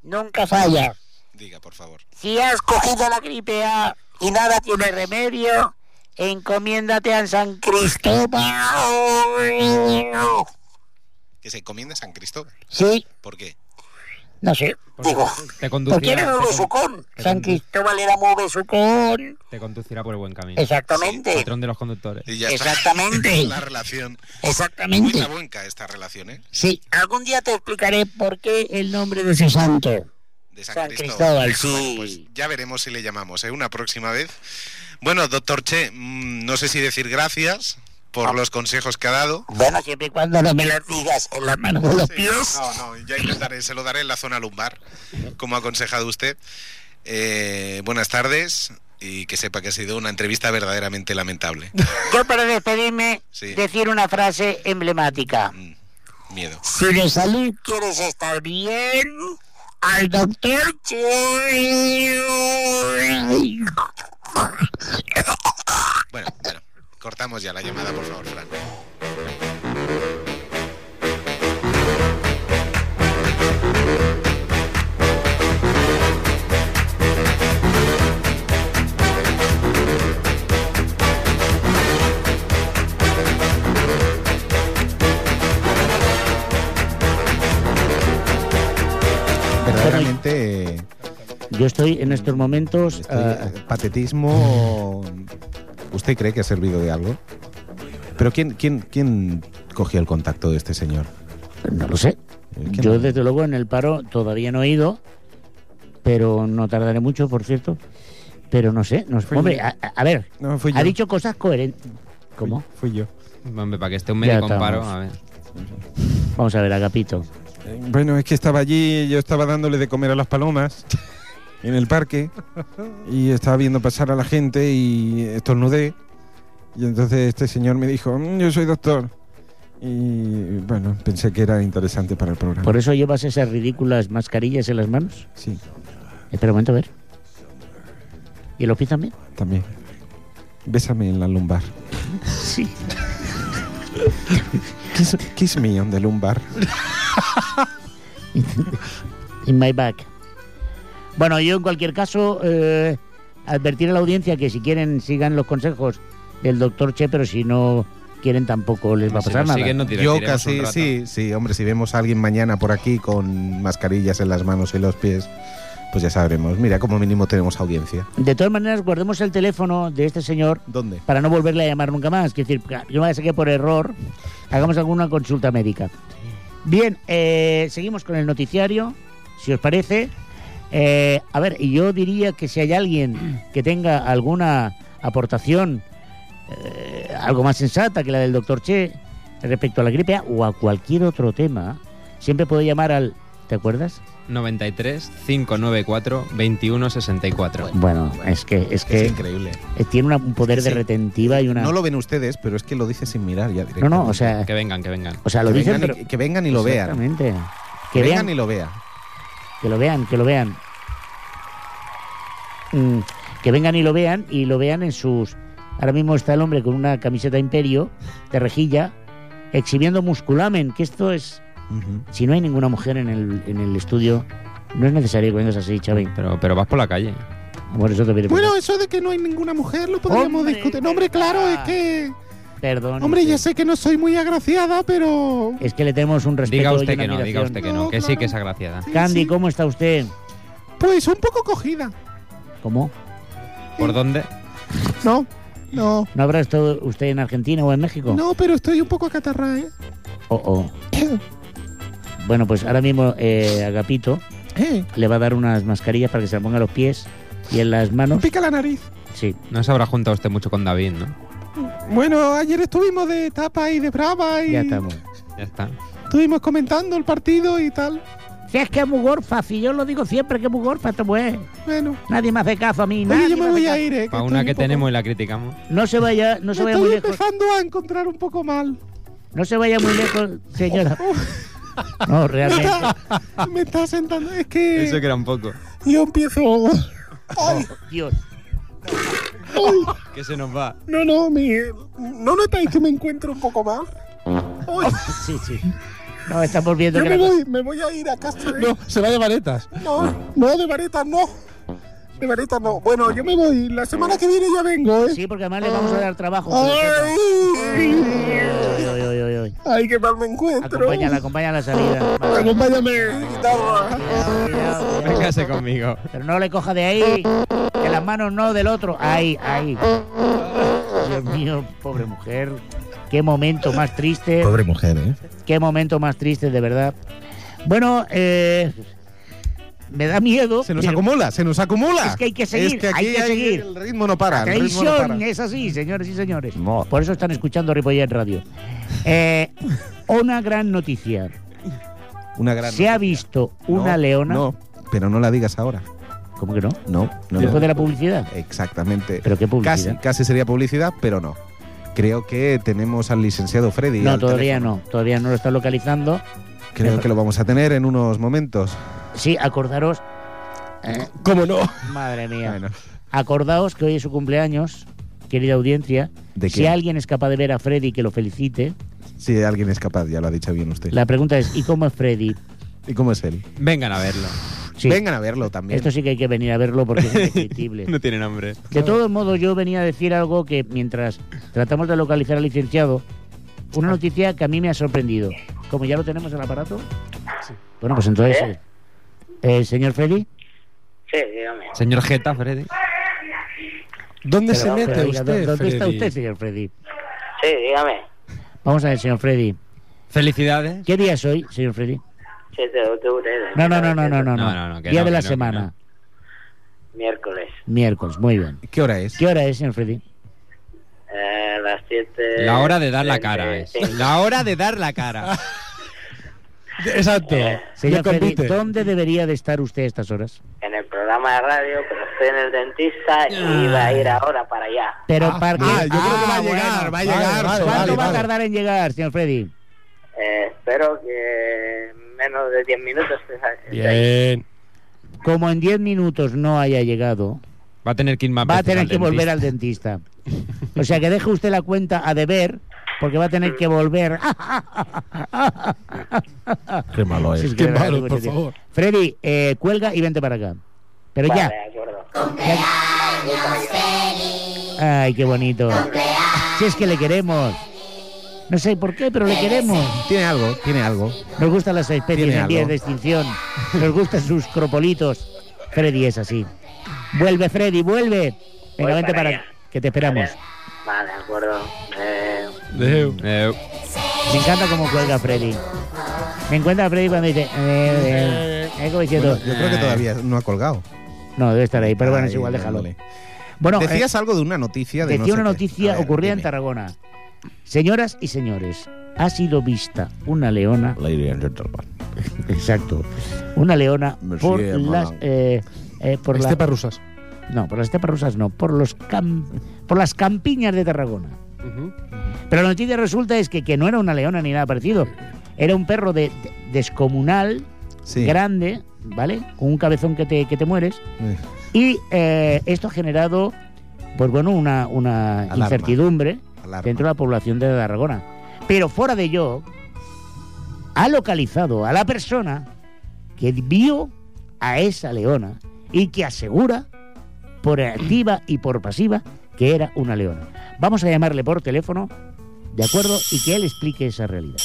Speaker 7: Nunca falla.
Speaker 8: Diga, por favor.
Speaker 7: Si has cogido la gripe A y nada tiene remedio, encomiéndate a San Cristóbal.
Speaker 8: Que se encomiende a San Cristóbal.
Speaker 7: Sí,
Speaker 8: ¿Por qué?
Speaker 7: no sé. Digo,
Speaker 6: Te
Speaker 7: ¿por qué
Speaker 6: conducirá,
Speaker 7: era un
Speaker 6: te, con-
Speaker 7: besucón? San Cristóbal era muy besucón.
Speaker 6: te conducirá por el buen camino.
Speaker 7: Exactamente.
Speaker 6: Patrón de los conductores.
Speaker 8: Y ya
Speaker 7: Exactamente.
Speaker 8: está. La relación. Muy
Speaker 7: Exactamente.
Speaker 8: buenca esta relación, ¿eh?
Speaker 7: Sí, algún día te explicaré por qué el nombre de ese santo.
Speaker 8: De San,
Speaker 7: San
Speaker 8: Cristóbal.
Speaker 7: Cristóbal,
Speaker 8: Bueno, pues
Speaker 7: sí.
Speaker 8: ya veremos si le llamamos, ¿eh? Una próxima vez. Bueno, doctor Che, mm, no sé si decir gracias por
Speaker 7: Ah.
Speaker 8: los consejos que ha dado.
Speaker 7: Bueno, siempre y cuando no me las digas en las manos de los pies.
Speaker 8: No, no, ya intentaré, se lo daré en la zona lumbar, como ha aconsejado usted. Eh, buenas tardes y que sepa que ha sido una entrevista verdaderamente lamentable.
Speaker 7: Yo para despedirme,
Speaker 8: Sí.
Speaker 7: decir una frase emblemática.
Speaker 8: Mm, Miedo.
Speaker 7: Si de salud quieres estar bien, al doctor Chuy.
Speaker 8: Bueno, bueno, cortamos ya la llamada, por favor, Fran.
Speaker 4: Verdaderamente, eh,
Speaker 1: Yo estoy en estos momentos.
Speaker 4: estoy-
Speaker 1: ah,
Speaker 4: eh, patetismo. ¿Usted cree que ha servido de algo? Pero ¿quién, quién, quién cogió el contacto de este señor?
Speaker 1: no lo sé.
Speaker 4: Es que
Speaker 1: Yo
Speaker 4: no-
Speaker 1: desde luego en el paro todavía no he ido, pero no tardaré mucho, por cierto. Pero no sé, no sé.
Speaker 6: Fui
Speaker 1: Hombre,
Speaker 6: yo.
Speaker 1: a, a- a ver,
Speaker 4: no, fui
Speaker 1: ha
Speaker 4: yo.
Speaker 1: dicho cosas coherentes. ¿Cómo?
Speaker 6: Fui yo. Hombre, para que esté un
Speaker 1: Ya
Speaker 6: médico en
Speaker 1: estamos.
Speaker 6: paro, a ver.
Speaker 1: Vamos a ver, Agapito.
Speaker 4: Eh, Bueno, es que estaba allí, yo estaba dándole de comer a las palomas en el parque y estaba viendo pasar a la gente y estornudé. Y entonces este señor me dijo, "Mm, yo soy doctor. Y bueno, pensé que era interesante para el programa.
Speaker 1: ¿Por eso llevas esas ridículas mascarillas en las manos?
Speaker 4: Sí,
Speaker 1: Espera un momento, a ver. ¿Y los pies también?
Speaker 4: también. Bésame en la lumbar.
Speaker 1: Sí.
Speaker 4: Kiss, kiss me on the lumbar.
Speaker 1: In my back. Bueno, yo en cualquier caso, eh, advertir a la audiencia que si quieren sigan los consejos del doctor Che, pero si no quieren tampoco les va a
Speaker 6: Si
Speaker 1: pasar
Speaker 6: nos
Speaker 1: nada.
Speaker 6: siguen, nos
Speaker 9: Yo
Speaker 6: divertiremos un
Speaker 9: casi,
Speaker 6: rato.
Speaker 9: sí,
Speaker 4: Sí, hombre, si vemos a alguien mañana por aquí con mascarillas en las manos y los pies, pues ya sabremos. Mira, como mínimo tenemos audiencia.
Speaker 1: De todas maneras, guardemos el teléfono de este señor
Speaker 9: ¿Dónde?
Speaker 1: para no volverle a llamar nunca más. Quiero decir, yo me parece que por error hagamos alguna consulta médica. Bien, eh, seguimos con el noticiario, si os parece. Eh, a ver, y yo diría que si hay alguien que tenga alguna aportación eh, algo más sensata que la del doctor Che respecto a la gripe A o a cualquier otro tema, siempre puede llamar al... ¿Te acuerdas?
Speaker 6: 93 594 2164.
Speaker 1: Bueno, es que, es que
Speaker 9: Es increíble.
Speaker 1: eh, tiene una- un poder
Speaker 9: Es que
Speaker 1: de
Speaker 9: sí.
Speaker 1: retentiva y una...
Speaker 9: No lo ven ustedes, pero es que lo dice sin mirar ya
Speaker 1: no,
Speaker 9: directamente.
Speaker 1: no, o sea,
Speaker 6: Que vengan, que vengan.
Speaker 1: o sea lo
Speaker 9: que,
Speaker 1: dicen,
Speaker 9: vengan
Speaker 1: pero...
Speaker 9: y, que vengan y lo vean.
Speaker 1: Exactamente. Que,
Speaker 9: Que vengan
Speaker 1: vean,
Speaker 9: y lo vean.
Speaker 1: que lo vean, que lo vean. Mm, que vengan y lo vean y lo vean en sus... Ahora mismo está el hombre con una camiseta imperio de rejilla exhibiendo musculamen, que esto es... Si no hay ninguna mujer en el, en el estudio, no es necesario que vengas así, Xavi.
Speaker 6: Pero, pero vas por la calle.
Speaker 1: Por eso te pido
Speaker 4: Bueno, eso de que no hay ninguna mujer lo podríamos
Speaker 1: Hombre,
Speaker 4: discutir. No, hombre,
Speaker 1: verdad.
Speaker 4: claro, es que.
Speaker 1: perdón.
Speaker 4: Hombre, ya sé que no soy muy agraciada, pero.
Speaker 1: Es que le tenemos un respeto
Speaker 6: Diga
Speaker 1: y
Speaker 6: usted
Speaker 1: una
Speaker 6: que no, diga
Speaker 1: admiración.
Speaker 6: usted que no,
Speaker 4: No,
Speaker 6: que sí
Speaker 4: claro.
Speaker 6: que es agraciada.
Speaker 4: Sí,
Speaker 1: Candy,
Speaker 4: sí.
Speaker 1: ¿cómo está usted?
Speaker 4: Pues un poco cogida.
Speaker 1: ¿Cómo?
Speaker 6: ¿Por dónde?
Speaker 4: No, no.
Speaker 1: ¿No habrá estado usted en Argentina o en México?
Speaker 4: No, pero estoy un poco acatarrada, ¿eh?
Speaker 1: Oh, oh. Bueno, pues ahora mismo eh, Agapito
Speaker 4: ¿eh?
Speaker 1: le va a dar unas mascarillas para que se la ponga en los pies y en las
Speaker 4: Me
Speaker 1: manos.
Speaker 4: pica la nariz.
Speaker 1: Sí.
Speaker 6: No se habrá juntado usted mucho con David, ¿no?
Speaker 4: Bueno, ayer estuvimos de tapa y de brava y
Speaker 1: Ya estamos.
Speaker 6: Ya está.
Speaker 4: estuvimos comentando el partido y tal.
Speaker 1: Si es que es muy gorfa, si yo lo digo siempre que es muy gorfa, esto pues.
Speaker 4: Bueno,
Speaker 1: Nadie más hace caso a mí,
Speaker 4: oye,
Speaker 1: nadie
Speaker 4: yo
Speaker 1: me
Speaker 4: me
Speaker 1: hace
Speaker 4: voy a
Speaker 1: caso.
Speaker 4: ir, ¿eh?
Speaker 6: Para
Speaker 4: estoy
Speaker 6: una
Speaker 4: un
Speaker 6: que
Speaker 4: poco-
Speaker 6: tenemos y la criticamos.
Speaker 1: No se vaya, no se
Speaker 4: me
Speaker 1: vaya
Speaker 4: estoy
Speaker 1: muy lejos.
Speaker 4: empezando a encontrar un poco mal.
Speaker 1: No se vaya muy lejos, señora. No, realmente.
Speaker 4: me está sentando. Es que
Speaker 6: Eso que era un poco.
Speaker 4: yo empiezo.
Speaker 1: Dios.
Speaker 6: Que se nos va.
Speaker 4: No, no, mi... ¿no notáis que me encuentro un poco mal?
Speaker 7: Oh,
Speaker 4: Uy,
Speaker 1: Sí, sí. No, estamos viendo
Speaker 4: yo
Speaker 1: que
Speaker 4: me
Speaker 1: la cosa-
Speaker 4: voy, me voy a ir a casa. No,
Speaker 2: se va de varetas.
Speaker 4: no, no, de varetas no. De varetas no. Bueno, yo me voy. La semana que viene ya vengo, ¿eh?
Speaker 1: Sí, porque además le vamos a dar trabajo. que lo sepa. Oy,
Speaker 4: Ay,
Speaker 1: oy, oy, oy, oy.
Speaker 4: ay, qué mal me encuentro.
Speaker 1: Acompáñala, acompáñala a la salida.
Speaker 4: Acompáñame, guitarra.
Speaker 6: Véngase conmigo.
Speaker 1: Pero no le coja de ahí, de las manos no, del otro. Ahí, ahí. Dios mío, pobre mujer. Qué momento más triste.
Speaker 9: Pobre mujer, ¿eh?
Speaker 1: Qué momento más triste, de verdad. Bueno, eh, me da miedo.
Speaker 9: Se nos
Speaker 1: pero
Speaker 9: acumula, se nos acumula.
Speaker 1: Es que hay que seguir,
Speaker 9: Es que
Speaker 1: hay
Speaker 9: aquí
Speaker 1: que seguir.
Speaker 9: el ritmo no para.
Speaker 1: la
Speaker 9: el ritmo no
Speaker 1: televisión
Speaker 9: para.
Speaker 1: es así, señores y señores.
Speaker 9: No.
Speaker 1: Por eso están escuchando Ripollet Radio. Eh, una gran noticia.
Speaker 9: Una gran
Speaker 1: eh, Se ha visto
Speaker 9: No,
Speaker 1: una leona.
Speaker 9: No, pero no la digas ahora.
Speaker 1: ¿Cómo que no?
Speaker 4: No, no. no.
Speaker 1: Después de la publicidad.
Speaker 4: Exactamente.
Speaker 1: ¿Pero qué
Speaker 4: Casi,
Speaker 1: publicidad?
Speaker 4: casi sería publicidad, pero no. Creo que tenemos al licenciado Freddy.
Speaker 1: no,
Speaker 4: al
Speaker 1: todavía
Speaker 4: teléfono.
Speaker 1: no. Todavía no lo está localizando.
Speaker 4: Creo que lo vamos a tener en unos momentos.
Speaker 1: Sí, acordaros. eh,
Speaker 2: ¿Cómo no?
Speaker 1: madre mía.
Speaker 4: Bueno,
Speaker 1: Acordaos que hoy es su cumpleaños, querida audiencia.
Speaker 4: ¿De
Speaker 1: si
Speaker 4: qué?
Speaker 1: alguien es capaz de ver a Freddy, que lo felicite.
Speaker 4: si alguien es capaz, ya lo ha dicho bien usted.
Speaker 1: La pregunta es, ¿y cómo es Freddy?
Speaker 4: ¿Y cómo es él?
Speaker 6: Vengan a verlo.
Speaker 1: Sí,
Speaker 4: Vengan a verlo también.
Speaker 1: Esto sí que hay que venir a verlo porque es indescriptible.
Speaker 6: No tienen hambre.
Speaker 1: De todos modos, yo venía a decir algo que mientras tratamos de localizar al licenciado, una noticia que a mí me ha sorprendido. Como ya lo tenemos el aparato. Bueno, pues entonces.
Speaker 5: ¿Eh?
Speaker 1: eh, eh, señor Freddy,
Speaker 5: Sí, dígame.
Speaker 6: Señor Geta, Freddy.
Speaker 2: ¿Dónde se
Speaker 1: pero-
Speaker 2: mete
Speaker 1: pero diga,
Speaker 2: usted?
Speaker 1: ¿dó- ¿dónde está
Speaker 2: Freddy?
Speaker 1: usted, señor Freddy?
Speaker 5: Sí, dígame.
Speaker 1: Vamos a ver, señor Freddy.
Speaker 6: Felicidades.
Speaker 1: ¿Qué día es hoy, señor Freddy?
Speaker 5: 7 de octubre.
Speaker 1: No, no, no, no, no, no.
Speaker 6: No, no, no, que
Speaker 1: día
Speaker 6: no,
Speaker 1: de
Speaker 6: que
Speaker 1: la
Speaker 6: no, que
Speaker 1: semana,
Speaker 6: no.
Speaker 5: Miércoles.
Speaker 1: miércoles, muy bien.
Speaker 4: ¿Qué hora es?
Speaker 1: ¿Qué hora es, señor Freddy?
Speaker 5: Eh, las 7.
Speaker 6: La hora de dar la cara eh. es. La hora de dar la cara.
Speaker 2: Exacto.
Speaker 1: Eh, Señor
Speaker 2: Me
Speaker 1: Freddy,
Speaker 2: compite. Ah,
Speaker 1: ¿dónde debería de estar usted a estas horas?
Speaker 5: En el programa de radio, pero estoy en el dentista y iba a ir ahora para allá.
Speaker 1: Pero para qué-
Speaker 4: Ah, yo creo que va a
Speaker 1: Ah,
Speaker 4: llegar, va a llegar.
Speaker 1: ¿Cuánto
Speaker 4: vale,
Speaker 1: va a
Speaker 4: vale.
Speaker 1: tardar en llegar, señor Freddy?
Speaker 5: Eh, espero que en menos de 10 minutos. estés ahí.
Speaker 2: Bien.
Speaker 1: Como en 10 minutos no haya llegado,
Speaker 6: Va a tener que ir más
Speaker 1: va a
Speaker 6: veces
Speaker 1: tener
Speaker 6: al
Speaker 1: que volver
Speaker 6: dentista.
Speaker 1: al dentista. O sea que deje usted la cuenta a deber, porque va a tener que volver. Ah,
Speaker 4: Qué malo
Speaker 1: Sí, Ah, es que
Speaker 2: Qué
Speaker 1: de verdad,
Speaker 2: malo,
Speaker 1: tengo
Speaker 2: por
Speaker 1: que decir.
Speaker 2: favor.
Speaker 1: Freddy, eh, cuelga y vente para acá. Pero
Speaker 5: Vale,
Speaker 1: ya.
Speaker 5: de acuerdo.
Speaker 1: Ay, qué bonito. Si es que le queremos. No sé por qué, pero le queremos.
Speaker 4: Tiene algo, tiene algo.
Speaker 1: Nos gustan las especies
Speaker 4: Tiene
Speaker 1: en vías
Speaker 4: algo.
Speaker 1: de extinción. Nos gustan sus cropolitos. Freddy es así. Vuelve, Freddy, vuelve. Venga,
Speaker 5: Voy
Speaker 1: vente
Speaker 5: para
Speaker 1: para
Speaker 5: allá.
Speaker 1: que te esperamos.
Speaker 5: Vale, de acuerdo. Eh,
Speaker 2: Deu.
Speaker 6: Eh,
Speaker 1: Me encanta cómo cuelga Freddy. Me encuentra Freddy cuando dice... eh, eh, eh, como diciendo,
Speaker 4: Bueno, yo creo que todavía no ha colgado.
Speaker 1: No, debe estar ahí, pero bueno, es
Speaker 4: Ahí,
Speaker 1: igual, déjalo.
Speaker 4: dándole.
Speaker 1: Bueno, eh,
Speaker 4: Decías algo de una noticia. De
Speaker 1: Decía
Speaker 4: no sé
Speaker 1: una
Speaker 4: qué.
Speaker 1: noticia
Speaker 4: A ver,
Speaker 1: ocurrida en
Speaker 4: dime.
Speaker 1: Tarragona. Señoras y señores, ha sido vista una leona,
Speaker 4: Lady and gentlemen.
Speaker 1: exacto, una leona
Speaker 4: Monsieur
Speaker 1: por las
Speaker 4: Malang.
Speaker 1: eh, eh, por la-
Speaker 2: Estepas rusas.
Speaker 1: no, por las estepas rusas no, por los cam- por las campiñas de Tarragona. Pero la noticia resulta es que, que no era una leona ni nada parecido, era un perro de, de- descomunal,
Speaker 4: Sí.
Speaker 1: grande, ¿vale? Con un cabezón que te, que te mueres.
Speaker 4: Eh,
Speaker 1: Y eh, esto ha generado, pues bueno, una, una
Speaker 4: Alarma.
Speaker 1: incertidumbre
Speaker 4: alarma.
Speaker 1: dentro de la población de Tarragona. Pero fuera de yo, ha localizado a la persona que vio a esa leona y que asegura, por activa y por pasiva, que era una leona. Vamos a llamarle por teléfono, ¿de acuerdo? Y que él explique esa realidad.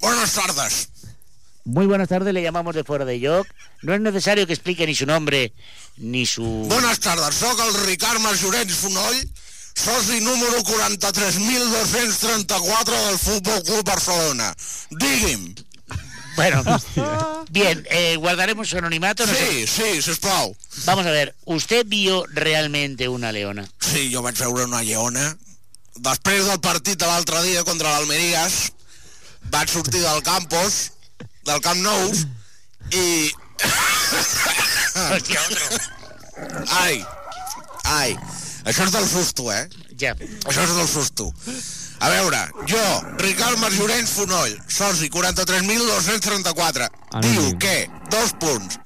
Speaker 8: Buenas tardes.
Speaker 1: Muy buenas tardes, le llamamos de fuera de York. No es necesario que explique ni su nombre, ni su...
Speaker 8: Buenas tardes, sóc el Ricard Majoret Fonoll, soci número 43.234 del Futbol Club Barcelona. Digui'm.
Speaker 1: Bueno, bien, eh, guardaremos su anonimato. no sé-
Speaker 8: Sí, sí, sisplau.
Speaker 1: Vamos a ver, ¿usted vio realmente una leona?
Speaker 8: Sí, jo vaig veure una lleona. Després del partit de l'altre dia contra l'Almeries, vaig sortir del campus, del Camp Nou, i...
Speaker 1: Hostia, otro.
Speaker 8: Ai, ai. Això és del susto, eh?
Speaker 1: Ya.
Speaker 8: Això és del susto. A veure, jo, Ricard Marjorens Fonoll, soci 43.234,
Speaker 6: Anonim.
Speaker 8: diu que, dos punts,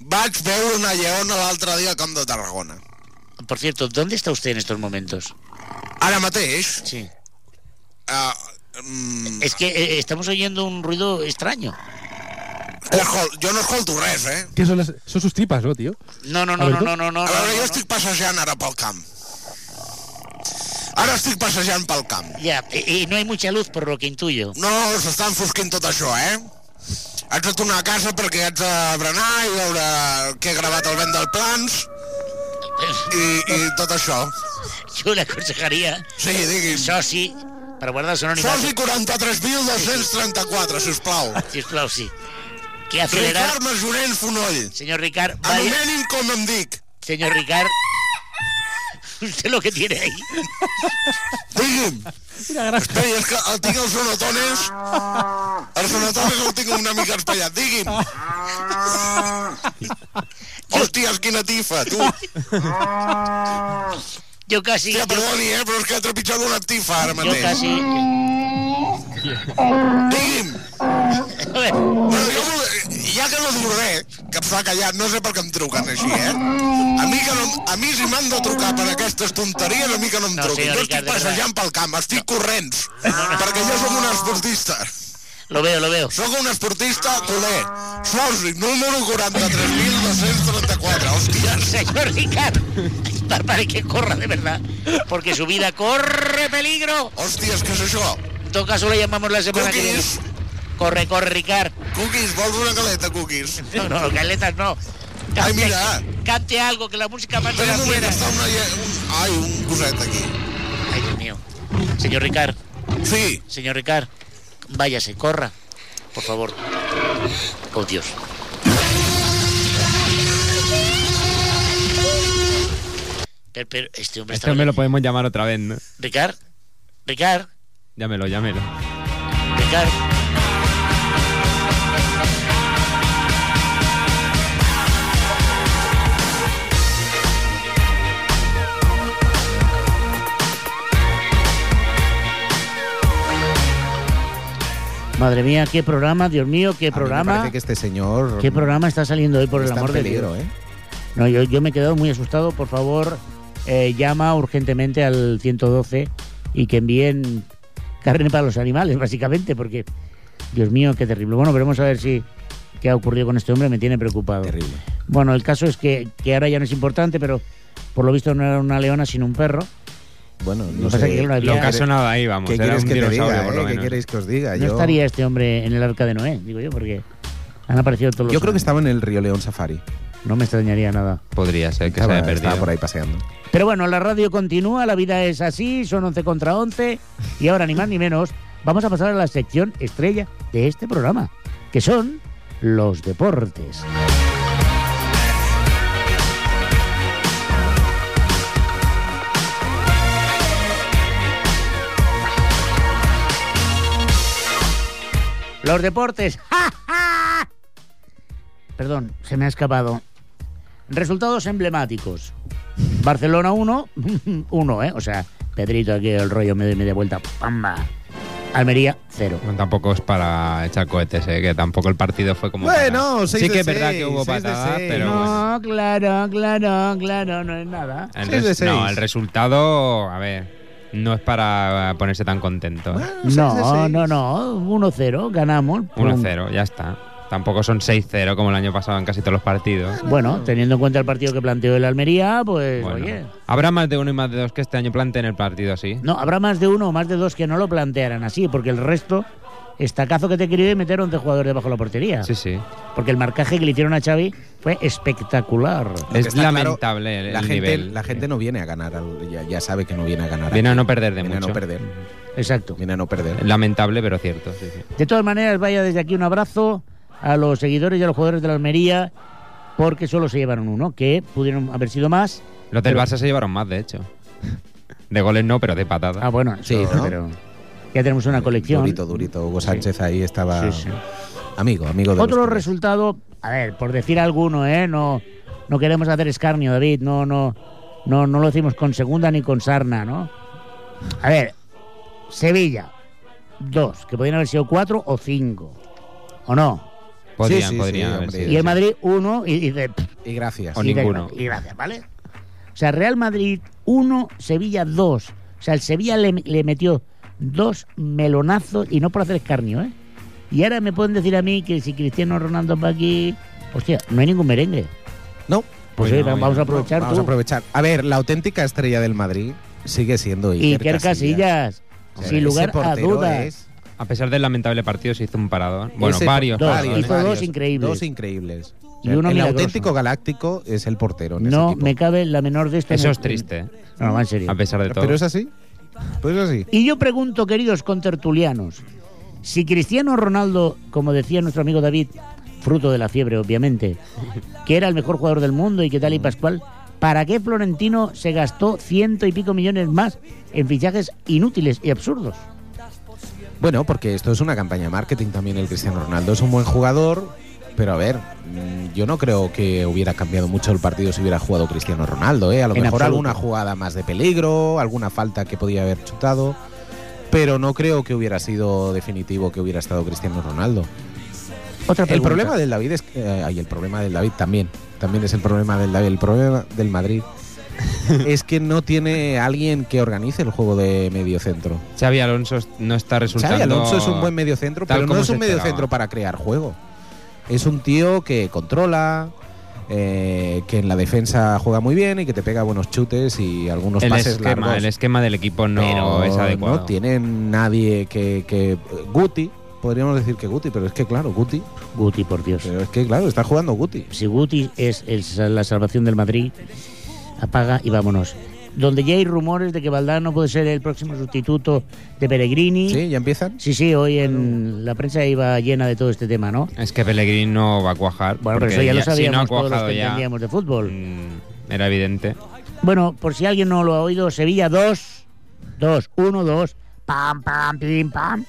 Speaker 8: vaig veure una lleona l'altre dia al Camp de Tarragona.
Speaker 1: Por cierto, ¿dónde está usted en estos momentos?
Speaker 8: Ara mateix,
Speaker 1: Sí.
Speaker 8: uh, mm,
Speaker 1: Es que eh, estamos oyendo un ruido extraño.
Speaker 8: escol, jo no escolto res, eh?
Speaker 2: ¿Qué son, las, son sus tripas, ¿no, tío?
Speaker 1: No, no,
Speaker 2: A
Speaker 1: no,
Speaker 2: ver,
Speaker 1: no,
Speaker 2: tú.
Speaker 1: no, Ah, no, no.
Speaker 8: A veure,
Speaker 1: no,
Speaker 8: jo
Speaker 1: no.
Speaker 8: estic passejant ara pel camp. Ara estic passejant pel camp.
Speaker 1: Ya, y y no hay mucha luz por lo que intuyo.
Speaker 8: No, s'està enfosquint tot això, eh? Haig de tornar a casa perquè haig de berenar i veure que he gravat el vent del Plans i, i tot això.
Speaker 1: Yo le aconsejaría,
Speaker 8: Sí, digui'm.
Speaker 1: Sosi, para guardar su anonimato,
Speaker 8: Soci 43.234, sisplau.
Speaker 1: si es claro, sí, que acelerar...
Speaker 8: Ricard Masonell Fonoll.
Speaker 1: Ah, Señor Ricard, vaya...
Speaker 8: Anomenin com em dic.
Speaker 1: Señor Ricard,
Speaker 7: usted lo que tiene ahí.
Speaker 10: Oye, Estoy, es que al tinc els sonotones... Els sonotones els tinc una mica espaiat. Digui'm. Hòsties, quina tifa, tu.
Speaker 7: Yo casi.
Speaker 10: Hòstia, perdoni, eh, però és que ha trepitjat una tifa ara
Speaker 7: Yo
Speaker 10: mateix.
Speaker 7: casi.
Speaker 10: Digui'm.
Speaker 7: A ver,
Speaker 10: Però jo, vol- ja que no diu res, que em fa callar, no sé per què em truquen així, eh? A mi, que no, a mi si m'han de trucar per aquestes tonteries, a mi que no em
Speaker 7: No,
Speaker 10: truquin.
Speaker 7: senyor
Speaker 10: Jo estic
Speaker 7: Ricard, de verdad.
Speaker 10: passejant pel camp, estic corrents, perquè jo som un esportista.
Speaker 7: lo veo, lo veo.
Speaker 10: Sóc un esportista culer. Sols número 43.234. Hòsties.
Speaker 7: Señor Ricard, para, para que corra de verdad, porque su vida corre peligro.
Speaker 10: Hòsties, què és això?
Speaker 7: Toca solo llamamos la semana que viene.
Speaker 10: Cookies.
Speaker 7: Corre, corre, Ricard.
Speaker 10: Cookies, vols una galeta, cookies?
Speaker 7: No, no, galetas no.
Speaker 10: Ay, mira.
Speaker 7: Cante algo, que la música más
Speaker 10: Espera
Speaker 7: la
Speaker 10: un moment,
Speaker 7: buena.
Speaker 10: està una... lle- Un, ai, un coset aquí.
Speaker 7: Ay, Dios mío. Señor Ricard,
Speaker 10: Sí,
Speaker 7: señor Ricard, váyase, corra, por favor. Oh, Dios. Pero, pero, este hombre está...
Speaker 6: Esto me lo podemos llamar otra vez, ¿no?
Speaker 7: Ricard, Ricard,
Speaker 6: Llámelo, llámelo.
Speaker 7: Ricard.
Speaker 1: Madre mía, qué programa, Dios mío, qué
Speaker 4: A mí me
Speaker 1: programa.
Speaker 4: parece que este señor
Speaker 1: ¿Qué programa está saliendo hoy por el
Speaker 4: está
Speaker 1: amor
Speaker 4: en peligro,
Speaker 1: de Dios?
Speaker 4: ¿eh?
Speaker 1: No, yo, yo me he quedado muy asustado. Por favor, eh, llama urgentemente al 112 y que envíen carne para los animales, básicamente, porque, Dios mío, qué terrible. Bueno, veremos a ver si qué ha ocurrido con este hombre, me tiene preocupado.
Speaker 4: Terrible.
Speaker 1: Bueno, el caso es que, que ahora ya no es importante, pero por lo visto no era una leona, sino un perro.
Speaker 4: Bueno,
Speaker 1: Lo que
Speaker 4: no
Speaker 1: pasa es
Speaker 4: sé.
Speaker 1: que era una
Speaker 6: Lo
Speaker 1: Ya.
Speaker 6: que ha sonado ahí, vamos.
Speaker 4: ¿Qué
Speaker 6: era
Speaker 4: queréis
Speaker 6: un
Speaker 4: que te
Speaker 6: dinosaurio,
Speaker 4: diga,
Speaker 6: por lo
Speaker 4: eh? ¿Qué
Speaker 6: menos.
Speaker 4: queréis que os diga?
Speaker 1: No
Speaker 4: yo,
Speaker 1: estaría este hombre en el arca de Noé, digo yo, porque han aparecido todos los.
Speaker 4: yo creo que
Speaker 1: años.
Speaker 4: estaba en el Río León Safari.
Speaker 1: No me extrañaría nada.
Speaker 6: Podría ser que se
Speaker 4: Estaba,
Speaker 6: haya perdido.
Speaker 4: Ah, estaba por ahí paseando.
Speaker 1: Pero bueno, la radio continúa, la vida es así, son 11 contra 11 y ahora ni más ni menos vamos a pasar a la sección estrella de este programa, que son los deportes. Los deportes. ¡Ja, ja! Perdón, se me ha escapado. Resultados emblemáticos. Barcelona 1, 1, ¿eh? O sea, Pedrito aquí el rollo medio y media vuelta, ¡pamba! Almería 0.
Speaker 6: Bueno, tampoco es para echar cohetes, ¿eh? que tampoco el partido fue como.
Speaker 4: Bueno,
Speaker 6: para-
Speaker 4: seis
Speaker 6: Sí
Speaker 4: de
Speaker 6: que es verdad
Speaker 4: seis,
Speaker 6: que hubo
Speaker 4: seis de
Speaker 6: patada,
Speaker 4: seis.
Speaker 6: pero bueno.
Speaker 1: No, claro, claro, claro, no es nada.
Speaker 6: El
Speaker 4: seis de
Speaker 6: res- No,
Speaker 4: seis.
Speaker 6: el resultado, a ver, no es para ponerse tan contento. ¿eh?
Speaker 1: No, no, no, 1-0, ganamos. pum.
Speaker 6: 1-0, ya está. Tampoco son 6-0 como el año pasado en casi todos los partidos.
Speaker 1: Bueno, teniendo en cuenta el partido que planteó el Almería, pues
Speaker 6: Bueno,
Speaker 1: oye.
Speaker 6: Habrá más de uno y más de dos que este año planteen el partido así.
Speaker 1: No, habrá más de uno o más de dos que no lo plantearan así, porque el resto, estacazo que te quería meter 11 jugadores debajo de la portería.
Speaker 6: Sí, sí.
Speaker 1: Porque el marcaje que le hicieron a Xavi fue espectacular.
Speaker 4: Lo que
Speaker 6: Es
Speaker 4: está claro,
Speaker 6: lamentable el-
Speaker 4: la
Speaker 6: el
Speaker 4: gente,
Speaker 6: nivel.
Speaker 4: La gente no viene a ganar, al- ya, ya sabe que no viene a ganar.
Speaker 6: Viene a
Speaker 4: aquí.
Speaker 6: no perder de
Speaker 4: viene
Speaker 6: mucho.
Speaker 4: a no perder.
Speaker 1: Exacto.
Speaker 4: Viene a no perder.
Speaker 6: Lamentable, pero cierto. sí, sí.
Speaker 1: De todas maneras, vaya desde aquí un abrazo a los seguidores y a los jugadores de la Almería, porque solo se llevaron uno, que pudieron haber sido más.
Speaker 6: Los del
Speaker 1: Pero-
Speaker 6: Barça se llevaron más, de hecho. De goles no, pero de patadas.
Speaker 1: Ah, bueno,
Speaker 4: Sí,
Speaker 1: eso,
Speaker 4: ¿no?
Speaker 1: pero ya tenemos una colección.
Speaker 4: Durito, durito. Hugo Sánchez ahí estaba.
Speaker 1: Sí, sí.
Speaker 4: Amigo, amigo de
Speaker 1: Otro
Speaker 4: los culés.
Speaker 1: resultado, a ver, por decir alguno, ¿eh? No, no queremos hacer escarnio, David, no, no, no, no lo decimos con segunda ni con sarna, ¿no? A ver, Sevilla, dos, que podían haber sido cuatro o cinco, ¿o no?
Speaker 6: Podrían,
Speaker 4: Sí, sí, sí,
Speaker 6: podrían haber
Speaker 4: hombre.
Speaker 6: sido,
Speaker 1: Y el
Speaker 6: sí.
Speaker 1: Madrid, uno, y dice, "Pff,
Speaker 4: Y gracias.
Speaker 6: O
Speaker 1: Y de-
Speaker 6: ninguno.
Speaker 1: Y gracias, ¿vale? O sea, Real Madrid 1, Sevilla 2. O sea, el Sevilla le, le metió dos melonazos y no por hacer escarnio, ¿eh? Y ahora me pueden decir a mí que si Cristiano Ronaldo va aquí. Hostia, no hay ningún merengue.
Speaker 4: No,
Speaker 1: Pues
Speaker 6: Hoy
Speaker 1: oye,
Speaker 6: no, hoy
Speaker 1: vamos
Speaker 6: no.
Speaker 1: a aprovechar
Speaker 4: vamos
Speaker 1: tú.
Speaker 4: a aprovechar. A ver, la auténtica estrella del Madrid sigue siendo Iker,
Speaker 1: Iker Casillas,
Speaker 4: Hombre,
Speaker 1: sin lugar
Speaker 4: ese
Speaker 1: a
Speaker 4: portero
Speaker 1: dudas.
Speaker 4: es-
Speaker 6: A pesar del lamentable partido, se hizo un parador. Bueno,
Speaker 4: ese-
Speaker 6: varios.
Speaker 1: Dos,
Speaker 6: parados,
Speaker 1: hizo
Speaker 6: ¿eh?
Speaker 1: dos increíbles.
Speaker 4: Dos increíbles.
Speaker 1: Y uno
Speaker 4: el
Speaker 1: milagroso.
Speaker 4: auténtico galáctico es el portero. en ese
Speaker 1: No
Speaker 4: equipo.
Speaker 1: me cabe la menor de esto.
Speaker 6: Eso es triste, ¿eh?
Speaker 1: No, va en serio.
Speaker 6: a pesar de todo.
Speaker 4: este Pero es así. Pues es así.
Speaker 1: Y yo pregunto, queridos contertulianos, si Cristiano Ronaldo, como decía nuestro amigo David, fruto de la fiebre, obviamente, que era el mejor jugador del mundo y que tal y Pascual, ¿Para qué Florentino se gastó ciento y pico millones más en fichajes inútiles y absurdos?
Speaker 4: Bueno, porque esto es una campaña de marketing también. El Cristiano Ronaldo es un buen jugador, pero a ver, mm, yo no creo que hubiera cambiado mucho el partido si hubiera jugado Cristiano Ronaldo. ¿eh? A lo
Speaker 1: En
Speaker 4: mejor
Speaker 1: absoluto.
Speaker 4: alguna jugada más de peligro, alguna falta que podía haber chutado, pero no creo que hubiera sido definitivo que hubiera estado Cristiano Ronaldo.
Speaker 1: Otra
Speaker 4: El
Speaker 1: pregunta.
Speaker 4: problema del David es que. eh, ay, el problema del David también. También es el problema del David. El problema del Madrid es que no tiene alguien que organice el juego de mediocentro.
Speaker 6: Xavi Alonso no está resultando.
Speaker 4: Xavi Alonso es un buen mediocentro,
Speaker 6: tal
Speaker 4: pero no
Speaker 6: como
Speaker 4: es
Speaker 6: se
Speaker 4: un
Speaker 6: esperaba.
Speaker 4: mediocentro para crear juego. Es un tío que controla, eh, que en la defensa juega muy bien y que te pega buenos chutes y algunos
Speaker 6: el
Speaker 4: pases
Speaker 6: esquema,
Speaker 4: largos.
Speaker 6: el esquema del equipo no
Speaker 4: pero
Speaker 6: es adecuado.
Speaker 4: No tienen nadie que, que eh, Guti, podríamos decir que Guti, pero es que claro, Guti,
Speaker 1: Guti, por Dios.
Speaker 4: pero es que claro, está jugando Guti.
Speaker 1: Si Guti es, es la salvación del Madrid, apaga y vámonos. Donde ya hay rumores de que Valdano puede ser el próximo sustituto de Pellegrini.
Speaker 4: Sí, ya empiezan.
Speaker 1: Sí, sí, hoy en la prensa iba llena de todo este tema, ¿no?
Speaker 6: Es que Pellegrini no va a cuajar.
Speaker 1: Bueno, pero
Speaker 6: porque
Speaker 1: eso ya lo
Speaker 6: si no
Speaker 1: sabíamos
Speaker 6: ha
Speaker 1: todos los
Speaker 6: cuajado
Speaker 1: que
Speaker 6: ya.
Speaker 1: entendíamos de fútbol.
Speaker 6: mm, Era evidente.
Speaker 1: Bueno, por si alguien no lo ha oído, Sevilla 2, 2, 1, 2, pam, pam, pim, pam.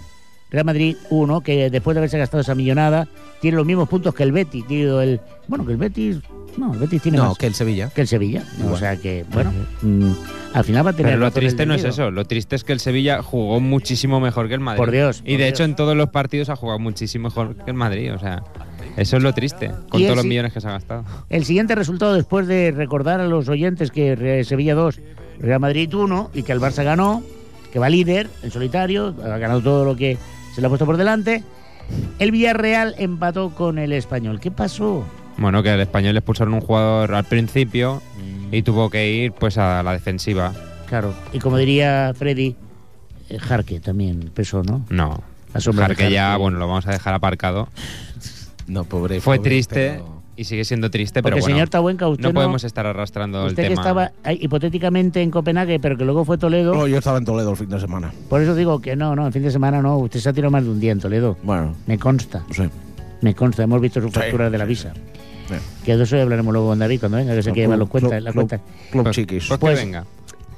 Speaker 1: Real Madrid 1, que después de haberse gastado esa millonada, tiene los mismos puntos que el Betis. Digo, el, bueno, que el Betis, no, el Betis tiene
Speaker 4: No,
Speaker 1: más.
Speaker 4: que el Sevilla.
Speaker 1: que el Sevilla. O
Speaker 4: Igual.
Speaker 1: sea que, bueno, mm, al final va a tener.
Speaker 6: Pero lo
Speaker 1: razón el
Speaker 6: triste no es
Speaker 1: debido.
Speaker 6: eso. Lo triste es que el Sevilla jugó muchísimo mejor que el Madrid.
Speaker 1: Por Dios,
Speaker 6: Y
Speaker 1: por
Speaker 6: de
Speaker 1: Dios.
Speaker 6: hecho, en todos los partidos ha jugado muchísimo mejor que el Madrid. O sea, eso es lo triste. Con
Speaker 1: Y
Speaker 6: todos
Speaker 1: el
Speaker 6: los
Speaker 1: sí-
Speaker 6: millones que se ha gastado.
Speaker 1: El siguiente resultado, después de recordar a los oyentes que Re- Sevilla 2, Real Madrid 1 y que el Barça ganó, que va líder en solitario, ha ganado todo lo que se le ha puesto por delante. El Villarreal empató con el Español. ¿Qué pasó?
Speaker 6: Bueno, que al español le expulsaron un jugador al principio
Speaker 1: Mm.
Speaker 6: y tuvo que ir pues a la defensiva.
Speaker 1: Claro, y como diría Freddy, eh, Jarque también pesó, ¿no?
Speaker 6: No.
Speaker 1: La sombra de
Speaker 6: que ya,
Speaker 1: Jarque.
Speaker 6: bueno, lo vamos a dejar aparcado.
Speaker 4: No, pobre.
Speaker 6: Fue
Speaker 4: pobre,
Speaker 6: triste
Speaker 4: pero-
Speaker 6: y sigue siendo triste,
Speaker 1: Porque,
Speaker 6: pero bueno.
Speaker 1: señor Tabuenca, usted
Speaker 6: no
Speaker 1: no-
Speaker 6: podemos estar arrastrando el
Speaker 1: Usted que
Speaker 6: tema.
Speaker 1: estaba eh, hipotéticamente en Copenhague, pero que luego fue Toledo.
Speaker 4: No, yo estaba en Toledo el fin de semana.
Speaker 1: Por eso digo que no, no, en fin de semana no. Usted se ha tirado más de un día en Toledo.
Speaker 4: Bueno,
Speaker 1: Me consta,
Speaker 4: sí.
Speaker 1: me consta. Hemos visto sus
Speaker 4: Sí,
Speaker 1: facturas de la
Speaker 4: sí,
Speaker 1: visa.
Speaker 4: sí.
Speaker 1: Que de eso ya hablaremos luego con David cuando venga, que se quede los cuentas,
Speaker 4: Club-
Speaker 1: la
Speaker 4: club-
Speaker 1: cuenta.
Speaker 4: Club
Speaker 6: Pues-
Speaker 4: Chiquis.
Speaker 6: Pues,
Speaker 1: Pues-
Speaker 6: que venga.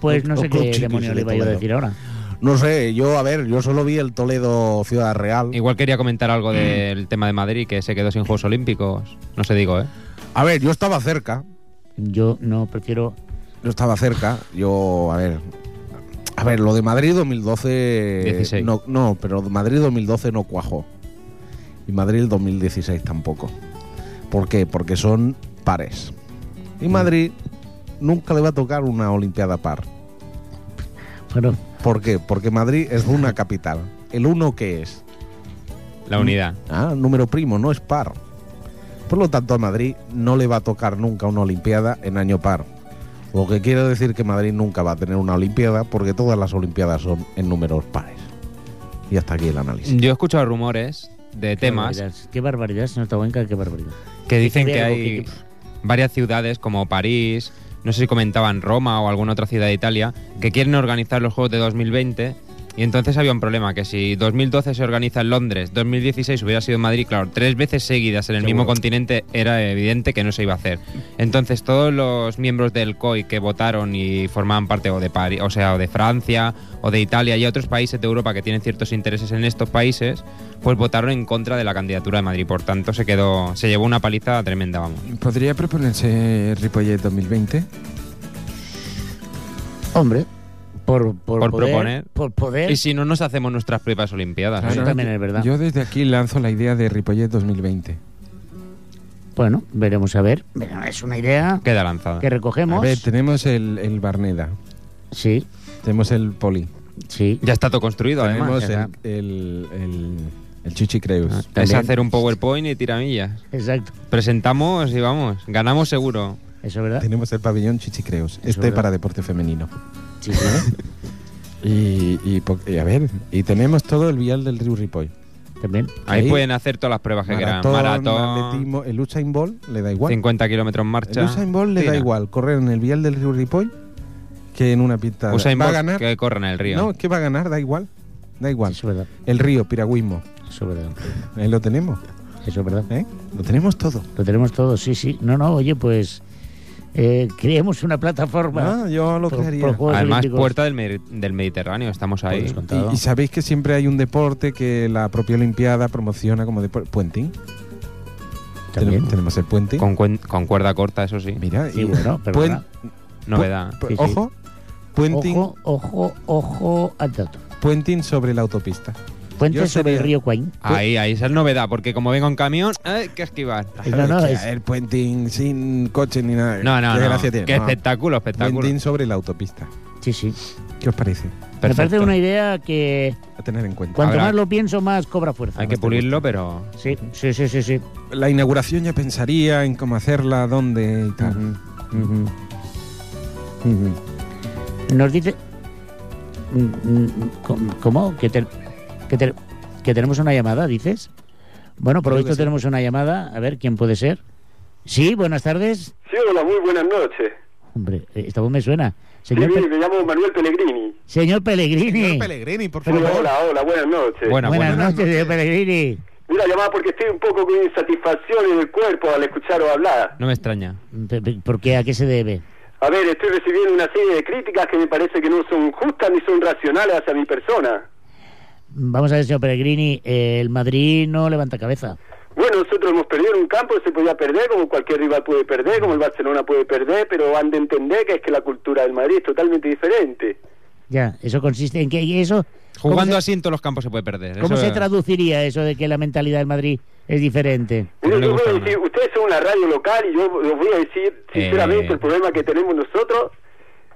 Speaker 1: Pues no
Speaker 4: club-
Speaker 1: sé
Speaker 4: club
Speaker 1: qué
Speaker 4: chiquis
Speaker 1: demonios
Speaker 4: de
Speaker 1: le iba yo a
Speaker 4: Toledo.
Speaker 1: decir ahora.
Speaker 4: No sé, yo, a ver, yo solo vi el Toledo Ciudad Real.
Speaker 6: Igual quería comentar
Speaker 1: Mm.
Speaker 6: algo del tema de Madrid, que se quedó sin Juegos Olímpicos. No se digo, ¿eh?
Speaker 4: A ver, yo estaba cerca,
Speaker 1: Yo no prefiero.
Speaker 4: yo estaba cerca, yo, a ver. A ver, lo de Madrid 2012.
Speaker 6: 16.
Speaker 4: No, no, pero Madrid 2012 no cuajó. Y Madrid 2016 tampoco. ¿Por qué? Porque son pares. Y Madrid nunca le va a tocar una Olimpiada par.
Speaker 1: Bueno,
Speaker 4: ¿Por qué? Porque Madrid es una capital. ¿El uno qué es?
Speaker 6: La
Speaker 1: Mm.
Speaker 6: unidad.
Speaker 4: Ah, número primo, no es par. Por lo tanto, a Madrid no le va a tocar nunca una Olimpiada en año par. Lo que quiere decir que Madrid nunca va a tener una Olimpiada porque todas las Olimpiadas son en números pares. Y hasta aquí el análisis.
Speaker 6: Yo he escuchado rumores de temas
Speaker 1: Qué barbaridad, qué barbaridad, señor Tabuenca, qué barbaridad.
Speaker 6: que dicen que
Speaker 1: veo
Speaker 6: hay
Speaker 1: que-
Speaker 6: varias ciudades como París, no sé si comentaban Roma o alguna otra ciudad de Italia, que quieren organizar los Juegos de 2020. Y entonces había un problema, que si 2012 se organiza en Londres, 2016 hubiera sido en Madrid, claro, tres veces seguidas en el mismo continente era evidente que no se iba a hacer. Entonces todos los miembros del COI que votaron y formaban parte o de París, o sea, o de Francia, o de Italia y otros países de Europa que tienen ciertos intereses en estos países, pues votaron en contra de la candidatura de Madrid. Por tanto, se quedó, se llevó una paliza tremenda, vamos.
Speaker 3: ¿Podría proponerse Ripollet 2020?
Speaker 1: Hombre, por, por,
Speaker 6: Por
Speaker 1: poder,
Speaker 6: proponer.
Speaker 1: Por poder.
Speaker 6: Y si no, nos hacemos nuestras propias Olimpiadas.
Speaker 1: Claro.
Speaker 6: ¿eh?
Speaker 1: también es verdad.
Speaker 3: Yo desde aquí lanzo la idea de Ripollet 2020.
Speaker 1: Bueno, veremos a ver. Bueno, es una idea
Speaker 6: ¿eh? Queda lanzada.
Speaker 1: que recogemos.
Speaker 3: A ver, tenemos el, el Barneda,
Speaker 1: Sí,
Speaker 3: tenemos el Poli,
Speaker 1: sí.
Speaker 6: Ya está todo construido, además.
Speaker 3: tenemos
Speaker 1: ¿verdad?
Speaker 3: el, el, el, el Chuchi Creus.
Speaker 6: Es
Speaker 1: También.
Speaker 6: hacer un PowerPoint y tiramillas.
Speaker 1: Exacto,
Speaker 6: Presentamos y vamos, ganamos seguro.
Speaker 1: eso es verdad.
Speaker 3: Tenemos el pabellón Chichicreos,
Speaker 1: Eso
Speaker 3: este
Speaker 1: es.
Speaker 3: para deporte femenino.
Speaker 1: Sí, sí,
Speaker 3: Y, y po- y a ver, y tenemos todo el vial del río Ripoll.
Speaker 1: también.
Speaker 6: Ahí,
Speaker 3: Ahí,
Speaker 6: pueden hacer todas las pruebas que quieran.
Speaker 3: Maratón,
Speaker 6: Maratón,
Speaker 3: atletismo, el Usain Bolt le da igual.
Speaker 6: 50 kilómetros en
Speaker 3: El
Speaker 6: marcha.
Speaker 3: Usain Bolt le da
Speaker 6: Tira.
Speaker 3: igual correr en el vial del río Ripoll que en una pista.
Speaker 6: Usain
Speaker 3: va
Speaker 6: Bolt,
Speaker 3: a ganar.
Speaker 6: que corre en el río.
Speaker 3: No, que va a ganar, da igual. Da igual.
Speaker 1: Eso es verdad,
Speaker 3: El río, piragüismo.
Speaker 1: eso es verdad.
Speaker 3: Ahí lo tenemos.
Speaker 1: Eso es verdad.
Speaker 3: ¿eh? Lo tenemos todo.
Speaker 1: Lo tenemos todo, sí, sí. No, no, oye, pues Eh, creemos una plataforma
Speaker 11: Ah, yo lo
Speaker 1: por,
Speaker 11: crearía.
Speaker 1: por Juegos
Speaker 6: Además,
Speaker 1: Olímpicos.
Speaker 6: puerta del, Medi- del Mediterráneo, estamos
Speaker 1: Por
Speaker 3: Pues,
Speaker 6: ahí.
Speaker 1: descontado.
Speaker 11: Y, y sabéis que siempre hay un deporte que la propia Olimpiada promociona como deporte. Puenting.
Speaker 1: También.
Speaker 11: Tenemos, tenemos el puenting.
Speaker 6: Con, cuen- con cuerda corta, eso sí.
Speaker 11: Mira,
Speaker 1: Sí,
Speaker 11: y-
Speaker 1: bueno, pero
Speaker 11: puen-
Speaker 1: nada.
Speaker 3: pues,
Speaker 6: Novedad.
Speaker 11: pu-
Speaker 1: Sí, sí.
Speaker 11: Ojo, puenting,
Speaker 1: Ojo, ojo, ojo al dato.
Speaker 11: puenting sobre la autopista.
Speaker 1: Puente
Speaker 11: Yo
Speaker 1: sobre el
Speaker 11: sería-
Speaker 1: río Cuain.
Speaker 6: Ahí, ahí, esa es novedad, porque como venga un camión, hay que esquivar.
Speaker 1: No, no,
Speaker 11: Es que
Speaker 1: es-
Speaker 11: El puenting sin coche ni nada.
Speaker 6: No, no,
Speaker 11: Qué
Speaker 6: no.
Speaker 11: gracia tiene.
Speaker 6: Qué
Speaker 11: No.
Speaker 6: espectáculo, espectáculo.
Speaker 11: Puenting sobre la autopista.
Speaker 1: Sí, sí.
Speaker 11: ¿Qué os parece?
Speaker 1: Me parece
Speaker 6: Perfecto.
Speaker 1: una idea que
Speaker 11: A tener en cuenta.
Speaker 1: cuanto
Speaker 6: Habrá-
Speaker 1: más lo pienso, más cobra fuerza.
Speaker 6: Hay que pulirlo, pero.
Speaker 1: Sí, sí, sí, sí. sí.
Speaker 11: La inauguración ya pensaría en cómo hacerla, dónde y tal.
Speaker 1: Nos dice... Mm, mm, ¿cómo- ¿Cómo? ¿Que, te- que, te- que tenemos una llamada, dices? Bueno, por lo
Speaker 11: Creo que
Speaker 1: visto
Speaker 11: sí.
Speaker 1: tenemos una llamada. A ver, ¿quién puede ser? Sí, buenas tardes.
Speaker 3: Sí, hola, muy buenas noches.
Speaker 1: Hombre, eh, esta voz me suena.
Speaker 3: Sí,
Speaker 1: Señor, Pe-
Speaker 3: me llamo Manuel Pellegrini.
Speaker 1: señor Pellegrini.
Speaker 4: Señor Pellegrini, por
Speaker 1: Pero-
Speaker 4: favor.
Speaker 3: Hola, hola, buenas noches.
Speaker 6: Buena,
Speaker 1: buenas,
Speaker 6: buena.
Speaker 1: noches, señor Pellegrini.
Speaker 3: Mira, llamaba porque estoy un poco con insatisfacción en el cuerpo al escucharos hablar.
Speaker 6: No me extraña.
Speaker 1: Pe- pe- ¿Por qué? ¿A qué se debe?
Speaker 3: A ver, estoy recibiendo una serie de críticas que me parece que no son justas ni son racionales hacia mi persona.
Speaker 1: Vamos a ver, señor Pellegrini, eh, el Madrid no levanta cabeza.
Speaker 3: Bueno, nosotros hemos perdido en un campo que se podía perder, como cualquier rival puede perder, como el Barcelona puede perder, pero han de entender que es que la cultura del Madrid es totalmente diferente.
Speaker 1: Ya, eso consiste en que y eso... ¿cómo
Speaker 6: Jugando
Speaker 1: se-
Speaker 6: así en todos los campos se puede perder.
Speaker 1: ¿Cómo
Speaker 6: eso-
Speaker 1: se traduciría eso de que la mentalidad del Madrid es diferente?
Speaker 6: No le
Speaker 3: Yo
Speaker 6: gusta
Speaker 3: voy a
Speaker 6: nada.
Speaker 3: decir, ustedes son una radio local y yo os voy a decir, sinceramente,
Speaker 6: Eh.
Speaker 3: el problema que tenemos nosotros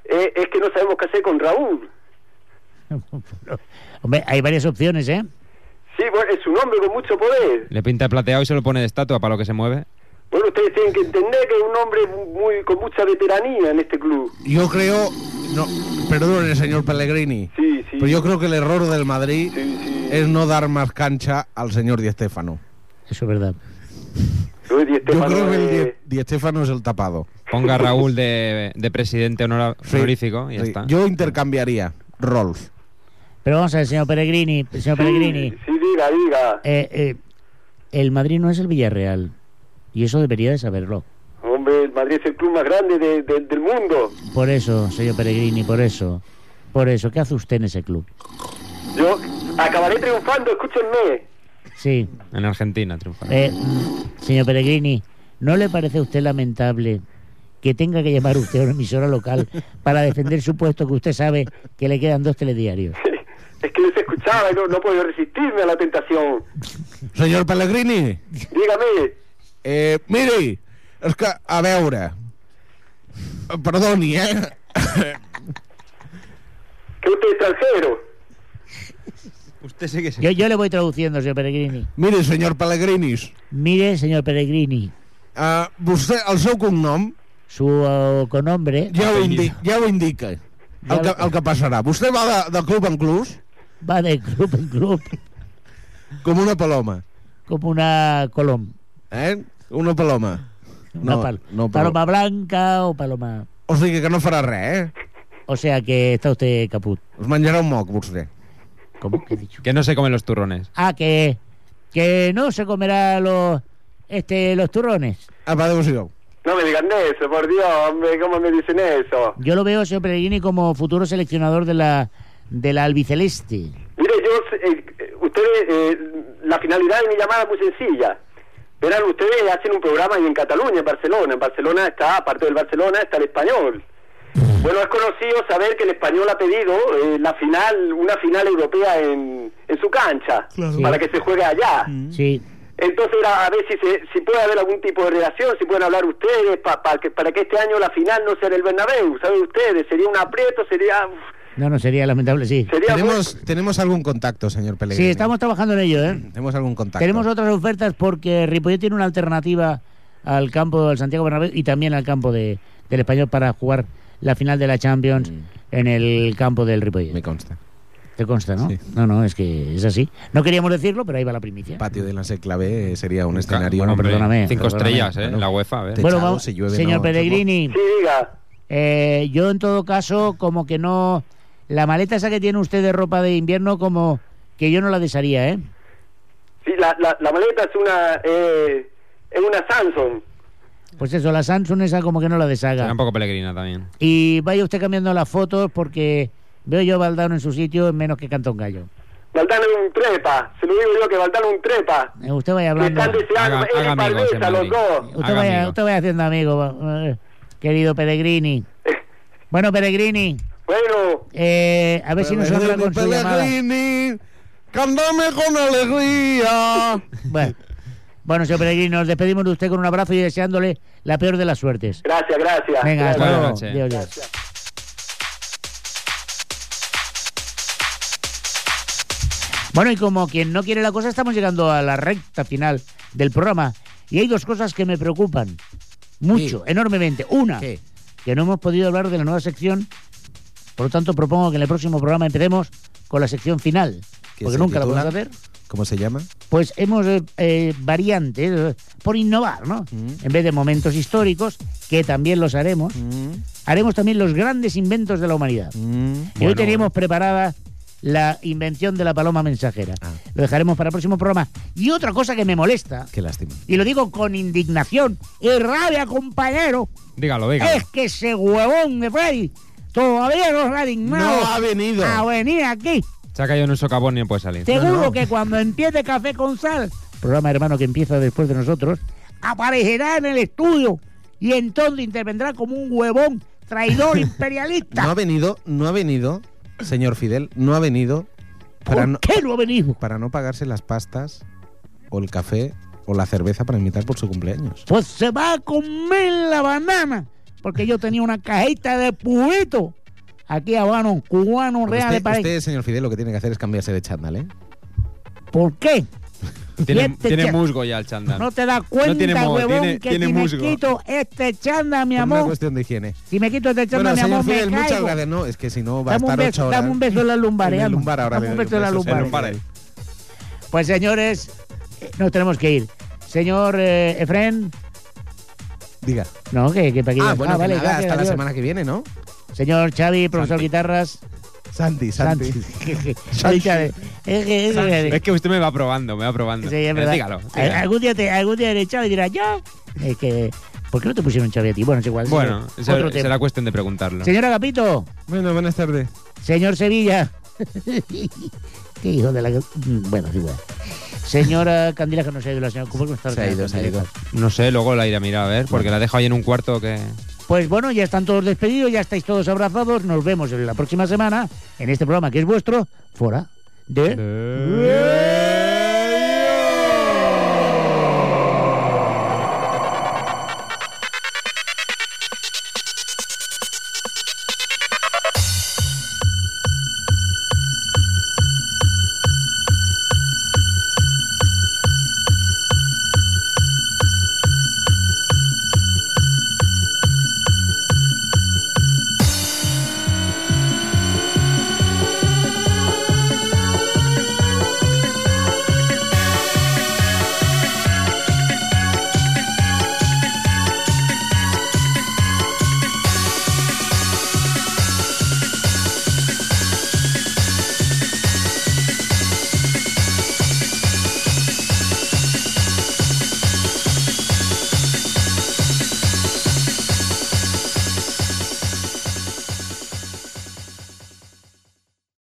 Speaker 3: eh, es que no sabemos qué hacer con Raúl.
Speaker 1: Hombre, hay varias opciones, ¿eh?
Speaker 3: Sí, bueno, es un hombre con mucho poder.
Speaker 6: Le pinta de plateado y se lo pone de estatua para lo que se mueve.
Speaker 3: Bueno, ustedes tienen que entender que es un hombre muy con mucha veteranía en este club.
Speaker 4: Yo creo. No, perdone, señor Pellegrini.
Speaker 3: Sí, sí.
Speaker 4: Pero yo creo que el error del Madrid
Speaker 3: Sí, sí.
Speaker 4: es no dar más cancha al señor Di Stéfano.
Speaker 1: Eso es verdad.
Speaker 3: Lo de Di
Speaker 4: Yo
Speaker 3: Stéfano eh,
Speaker 4: creo que el
Speaker 3: es-
Speaker 4: Di, Di Stéfano es el tapado.
Speaker 6: Ponga a Raúl de, de presidente honora-
Speaker 4: Sí.
Speaker 6: honorífico y ya
Speaker 4: Sí.
Speaker 6: está.
Speaker 4: Yo intercambiaría Rolf.
Speaker 1: Pero vamos a ver, señor Pellegrini, señor Pellegrini,
Speaker 3: Sí, sí, diga, diga.
Speaker 1: eh, eh, el Madrid no es el Villarreal. Y eso debería de saberlo.
Speaker 3: Hombre, el Madrid es el club más grande de- de- del mundo.
Speaker 1: Por eso, señor Pellegrini, por eso. Por eso, ¿qué hace usted en ese club?
Speaker 3: Yo acabaré triunfando, escúchenme.
Speaker 1: Sí.
Speaker 6: En Argentina triunfa.
Speaker 1: Eh, señor Pellegrini, ¿no le parece a usted lamentable que tenga que llamar usted a una emisora local para defender su puesto que usted sabe que le quedan dos telediarios?
Speaker 3: Es que les escuchaba y no, no puedo resistirme a la tentación.
Speaker 4: Señor Pellegrini,
Speaker 3: Dígame,
Speaker 4: eh, miri, és que, a veure... Perdoni, eh?
Speaker 3: que usted es extranjero.
Speaker 6: Usted sí que se...
Speaker 1: Yo, yo le voy traduciendo, señor Pellegrini.
Speaker 4: Miri, senyor Pellegrinis,
Speaker 1: Mire, señor Pellegrini,
Speaker 4: eh, vostè, el seu cognom
Speaker 1: su eh, conombre
Speaker 4: ja ho, indi ja ho indica, el que, el que passarà. Vostè va de, de club en club
Speaker 1: va de club en club
Speaker 4: com una paloma,
Speaker 1: como una colom.
Speaker 4: eh? Una paloma.
Speaker 1: Una
Speaker 4: No,
Speaker 1: pal-
Speaker 4: no, pero-
Speaker 1: paloma blanca o paloma...
Speaker 4: O sigui que no farà res, eh?
Speaker 1: O sea que está usted caput.
Speaker 4: Us menjarà un moc, vostè.
Speaker 1: ¿Cómo que he dicho?
Speaker 6: Que no se comen los turrones.
Speaker 1: Ah, que, que no se comerá los, este, los turrones.
Speaker 4: Apa, adéu-siau.
Speaker 3: No me digan eso, por Dios, hombre, ¿cómo me dicen eso?
Speaker 1: Yo lo veo, señor Pellegrini, como futuro seleccionador de la, de la albiceleste.
Speaker 3: Mire, yo, eh, eh, ustedes, eh, la finalidad de mi llamada es muy sencilla. Verán, ustedes hacen un programa ahí en Cataluña, en Barcelona. En Barcelona está, aparte del Barcelona, está el español. Bueno, es conocido saber que el español ha pedido eh, la final, una final europea en, en su cancha,
Speaker 1: Claro. Mm.
Speaker 3: para que se juegue allá.
Speaker 4: Mm.
Speaker 1: Sí.
Speaker 3: Entonces, era a ver si, se- si puede haber algún tipo de relación, si pueden hablar ustedes pa- pa que, para que este año la final no sea en el Bernabéu, ¿saben ustedes? Sería un aprieto, sería... uf,
Speaker 1: No, no, sería lamentable, sí.
Speaker 3: sería
Speaker 4: Tenemos, tenemos algún contacto, señor Pellegrini.
Speaker 1: Sí, estamos trabajando en ello, ¿eh?
Speaker 4: Tenemos algún contacto.
Speaker 1: Tenemos otras ofertas porque Ripollet tiene una alternativa al campo del Santiago Bernabéu y también al campo de, del Español para jugar la final de la Champions en el campo del
Speaker 4: Mm. Me
Speaker 1: Ripollet.
Speaker 4: consta.
Speaker 1: Te consta, ¿no?
Speaker 4: Sí.
Speaker 1: No, no, es que es así. No queríamos decirlo, pero ahí va la primicia.
Speaker 4: Patio de la clave eh, sería un
Speaker 6: Ca-
Speaker 4: escenario.
Speaker 6: bueno, hombre,
Speaker 1: perdóname,
Speaker 6: Cinco
Speaker 1: perdóname,
Speaker 6: estrellas, ¿eh?
Speaker 1: perdón.
Speaker 6: La UEFA, a ver.
Speaker 4: Te-
Speaker 1: Bueno,
Speaker 4: techado,
Speaker 1: vamos,
Speaker 4: si llueve,
Speaker 1: señor
Speaker 4: no,
Speaker 1: Pellegrini,
Speaker 3: Sí, diga.
Speaker 1: eh, yo en todo caso como que no... La maleta esa que tiene usted de ropa de invierno como que yo no la desharía, ¿eh?
Speaker 3: Sí, la, la, la maleta es una... eh, es una Samsung.
Speaker 1: Pues eso, la Samsung esa como que no la deshaga.
Speaker 6: Será un poco peregrina también.
Speaker 1: Y vaya usted cambiando las fotos porque veo yo a Valdano en su sitio en menos que canta un gallo.
Speaker 5: Valdano es un trepa, se lo digo yo que Valdano es un trepa.
Speaker 1: Eh, Usted vaya
Speaker 5: Me
Speaker 1: hablando.
Speaker 5: están deseando,
Speaker 6: Haga- haga
Speaker 5: eres
Speaker 6: amigos en
Speaker 5: palmeta, los
Speaker 6: Madrid.
Speaker 5: dos.
Speaker 1: Usted
Speaker 6: Haga
Speaker 1: vaya,
Speaker 6: amigo.
Speaker 1: usted vaya haciendo amigo, eh, querido Pellegrini. Bueno, Pellegrini,
Speaker 5: Bueno,
Speaker 1: eh, a ver si nos habla con su llamada.
Speaker 4: Pellegrini, cántame con alegría.
Speaker 1: Bueno, bueno, señor Pellegrini, nos despedimos de usted con un abrazo y deseándole la peor de las suertes.
Speaker 5: gracias, gracias.
Speaker 1: Venga, hasta
Speaker 6: Buenas
Speaker 1: luego.
Speaker 6: noches.
Speaker 1: Adiós, adiós. Bueno, y como quien no quiere la cosa, estamos llegando a la recta final del programa. Y hay dos cosas que me preocupan mucho, enormemente. Una,
Speaker 4: ¿Qué?
Speaker 1: que no hemos podido hablar de la nueva sección. Por lo tanto, propongo que en el próximo programa empecemos con la sección final.
Speaker 4: ¿Que
Speaker 1: Porque
Speaker 4: se
Speaker 1: nunca la
Speaker 4: titula?
Speaker 1: podemos hacer.
Speaker 4: ¿Cómo se llama?
Speaker 1: Pues hemos eh, eh, variante eh, por innovar, ¿no? En vez de momentos históricos, que también los haremos, haremos también los grandes inventos de la humanidad. Y hoy
Speaker 6: Bueno,
Speaker 1: teníamos preparada la invención de la paloma mensajera.
Speaker 4: Ah.
Speaker 1: Lo dejaremos para el próximo programa. Y otra cosa que me molesta,
Speaker 4: Qué lástima.
Speaker 1: y lo digo con indignación y rabia, compañero,
Speaker 6: Dígalo, dígalo.
Speaker 1: es que ese huevón de Freddy todavía no se ha dignado
Speaker 4: No Ah, ha venido.
Speaker 1: a venir aquí.
Speaker 6: Se ha caído en un socavón y no puede salir.
Speaker 1: Seguro que cuando empiece Café con Sal, programa hermano que empieza después de nosotros, aparecerá en el estudio y entonces intervendrá como un huevón traidor imperialista.
Speaker 4: No ha venido, no ha venido, señor Fidel, no ha venido para
Speaker 1: ¿Por
Speaker 4: no,
Speaker 1: qué no ha venido?
Speaker 4: para no pagarse las pastas o el café o la cerveza para invitar por su cumpleaños.
Speaker 1: Pues se va a comer la banana, porque yo tenía una cajita de pubito aquí habano, cubano, real de
Speaker 4: Usted,
Speaker 1: París.
Speaker 4: usted, señor Fidel, lo que tiene que hacer es cambiarse de chándal, ¿eh?
Speaker 1: ¿Por qué?
Speaker 6: Tiene,
Speaker 1: Siete
Speaker 6: tiene
Speaker 1: chas-
Speaker 6: musgo ya el chándal.
Speaker 1: No te das cuenta,
Speaker 6: tiene moho,
Speaker 1: huevón,
Speaker 6: tiene-
Speaker 1: que
Speaker 6: tiene
Speaker 1: si me
Speaker 6: musgo.
Speaker 1: quito este chanda, mi
Speaker 4: Por una
Speaker 1: amor,
Speaker 4: cuestión de higiene.
Speaker 1: si me quito este chanda,
Speaker 4: bueno,
Speaker 1: mi
Speaker 4: señor
Speaker 1: amor, me
Speaker 4: Fidel, muchas
Speaker 1: caigo.
Speaker 4: gracias. No, es que si no va
Speaker 1: Dame
Speaker 4: a
Speaker 1: un,
Speaker 4: estar
Speaker 1: beso,
Speaker 4: ocho horas.
Speaker 1: dame un beso en la lumbar,
Speaker 4: En el
Speaker 1: eh, amo.
Speaker 4: lumbar ahora,
Speaker 1: Dame
Speaker 4: le
Speaker 1: un
Speaker 4: doy
Speaker 1: beso en la
Speaker 4: un beso,
Speaker 1: lumbar.
Speaker 4: sí, lumbar.
Speaker 1: Pues señores, eh, nos tenemos que ir. Señor eh, Efren,
Speaker 4: Diga.
Speaker 1: no, que, que para aquí.
Speaker 4: Ah, bueno, que nada,
Speaker 1: gracias,
Speaker 4: hasta la
Speaker 1: adiós.
Speaker 4: semana que viene, ¿no?
Speaker 1: Señor Xavi, profesor Guitarras,
Speaker 4: Santi, Santi.
Speaker 1: Santi. Santi. Xavi. Es que- es que-
Speaker 6: Es que usted me va probando, me va probando.
Speaker 1: Sí, es
Speaker 6: Pero
Speaker 1: verdad.
Speaker 6: Dígalo.
Speaker 1: Al-
Speaker 6: dígalo.
Speaker 1: Algún día te, algún día el Xavi dirá, yo. Es que, ¿por qué no te pusieron Xavi a ti? Bueno, es igual.
Speaker 6: Bueno,
Speaker 1: es
Speaker 6: será,
Speaker 1: otro tema.
Speaker 6: será cuestión de preguntarlo.
Speaker 1: Señora Capito,
Speaker 3: Bueno, buenas tardes.
Speaker 1: señor Sevilla. Qué hijo de la. mm, Bueno, sí, bueno. Señora Candilejas no se ha ido la señora. ¿Cómo está la
Speaker 4: Se ha
Speaker 1: señora
Speaker 4: ido, se ha
Speaker 1: Candilejas?
Speaker 4: ido.
Speaker 6: No sé, luego la iré a mirar a ver, porque la dejo ahí en un cuarto que.
Speaker 1: Pues bueno, ya están todos despedidos, ya estáis todos abrazados. Nos vemos en la próxima semana en este programa que es vuestro, fuera de...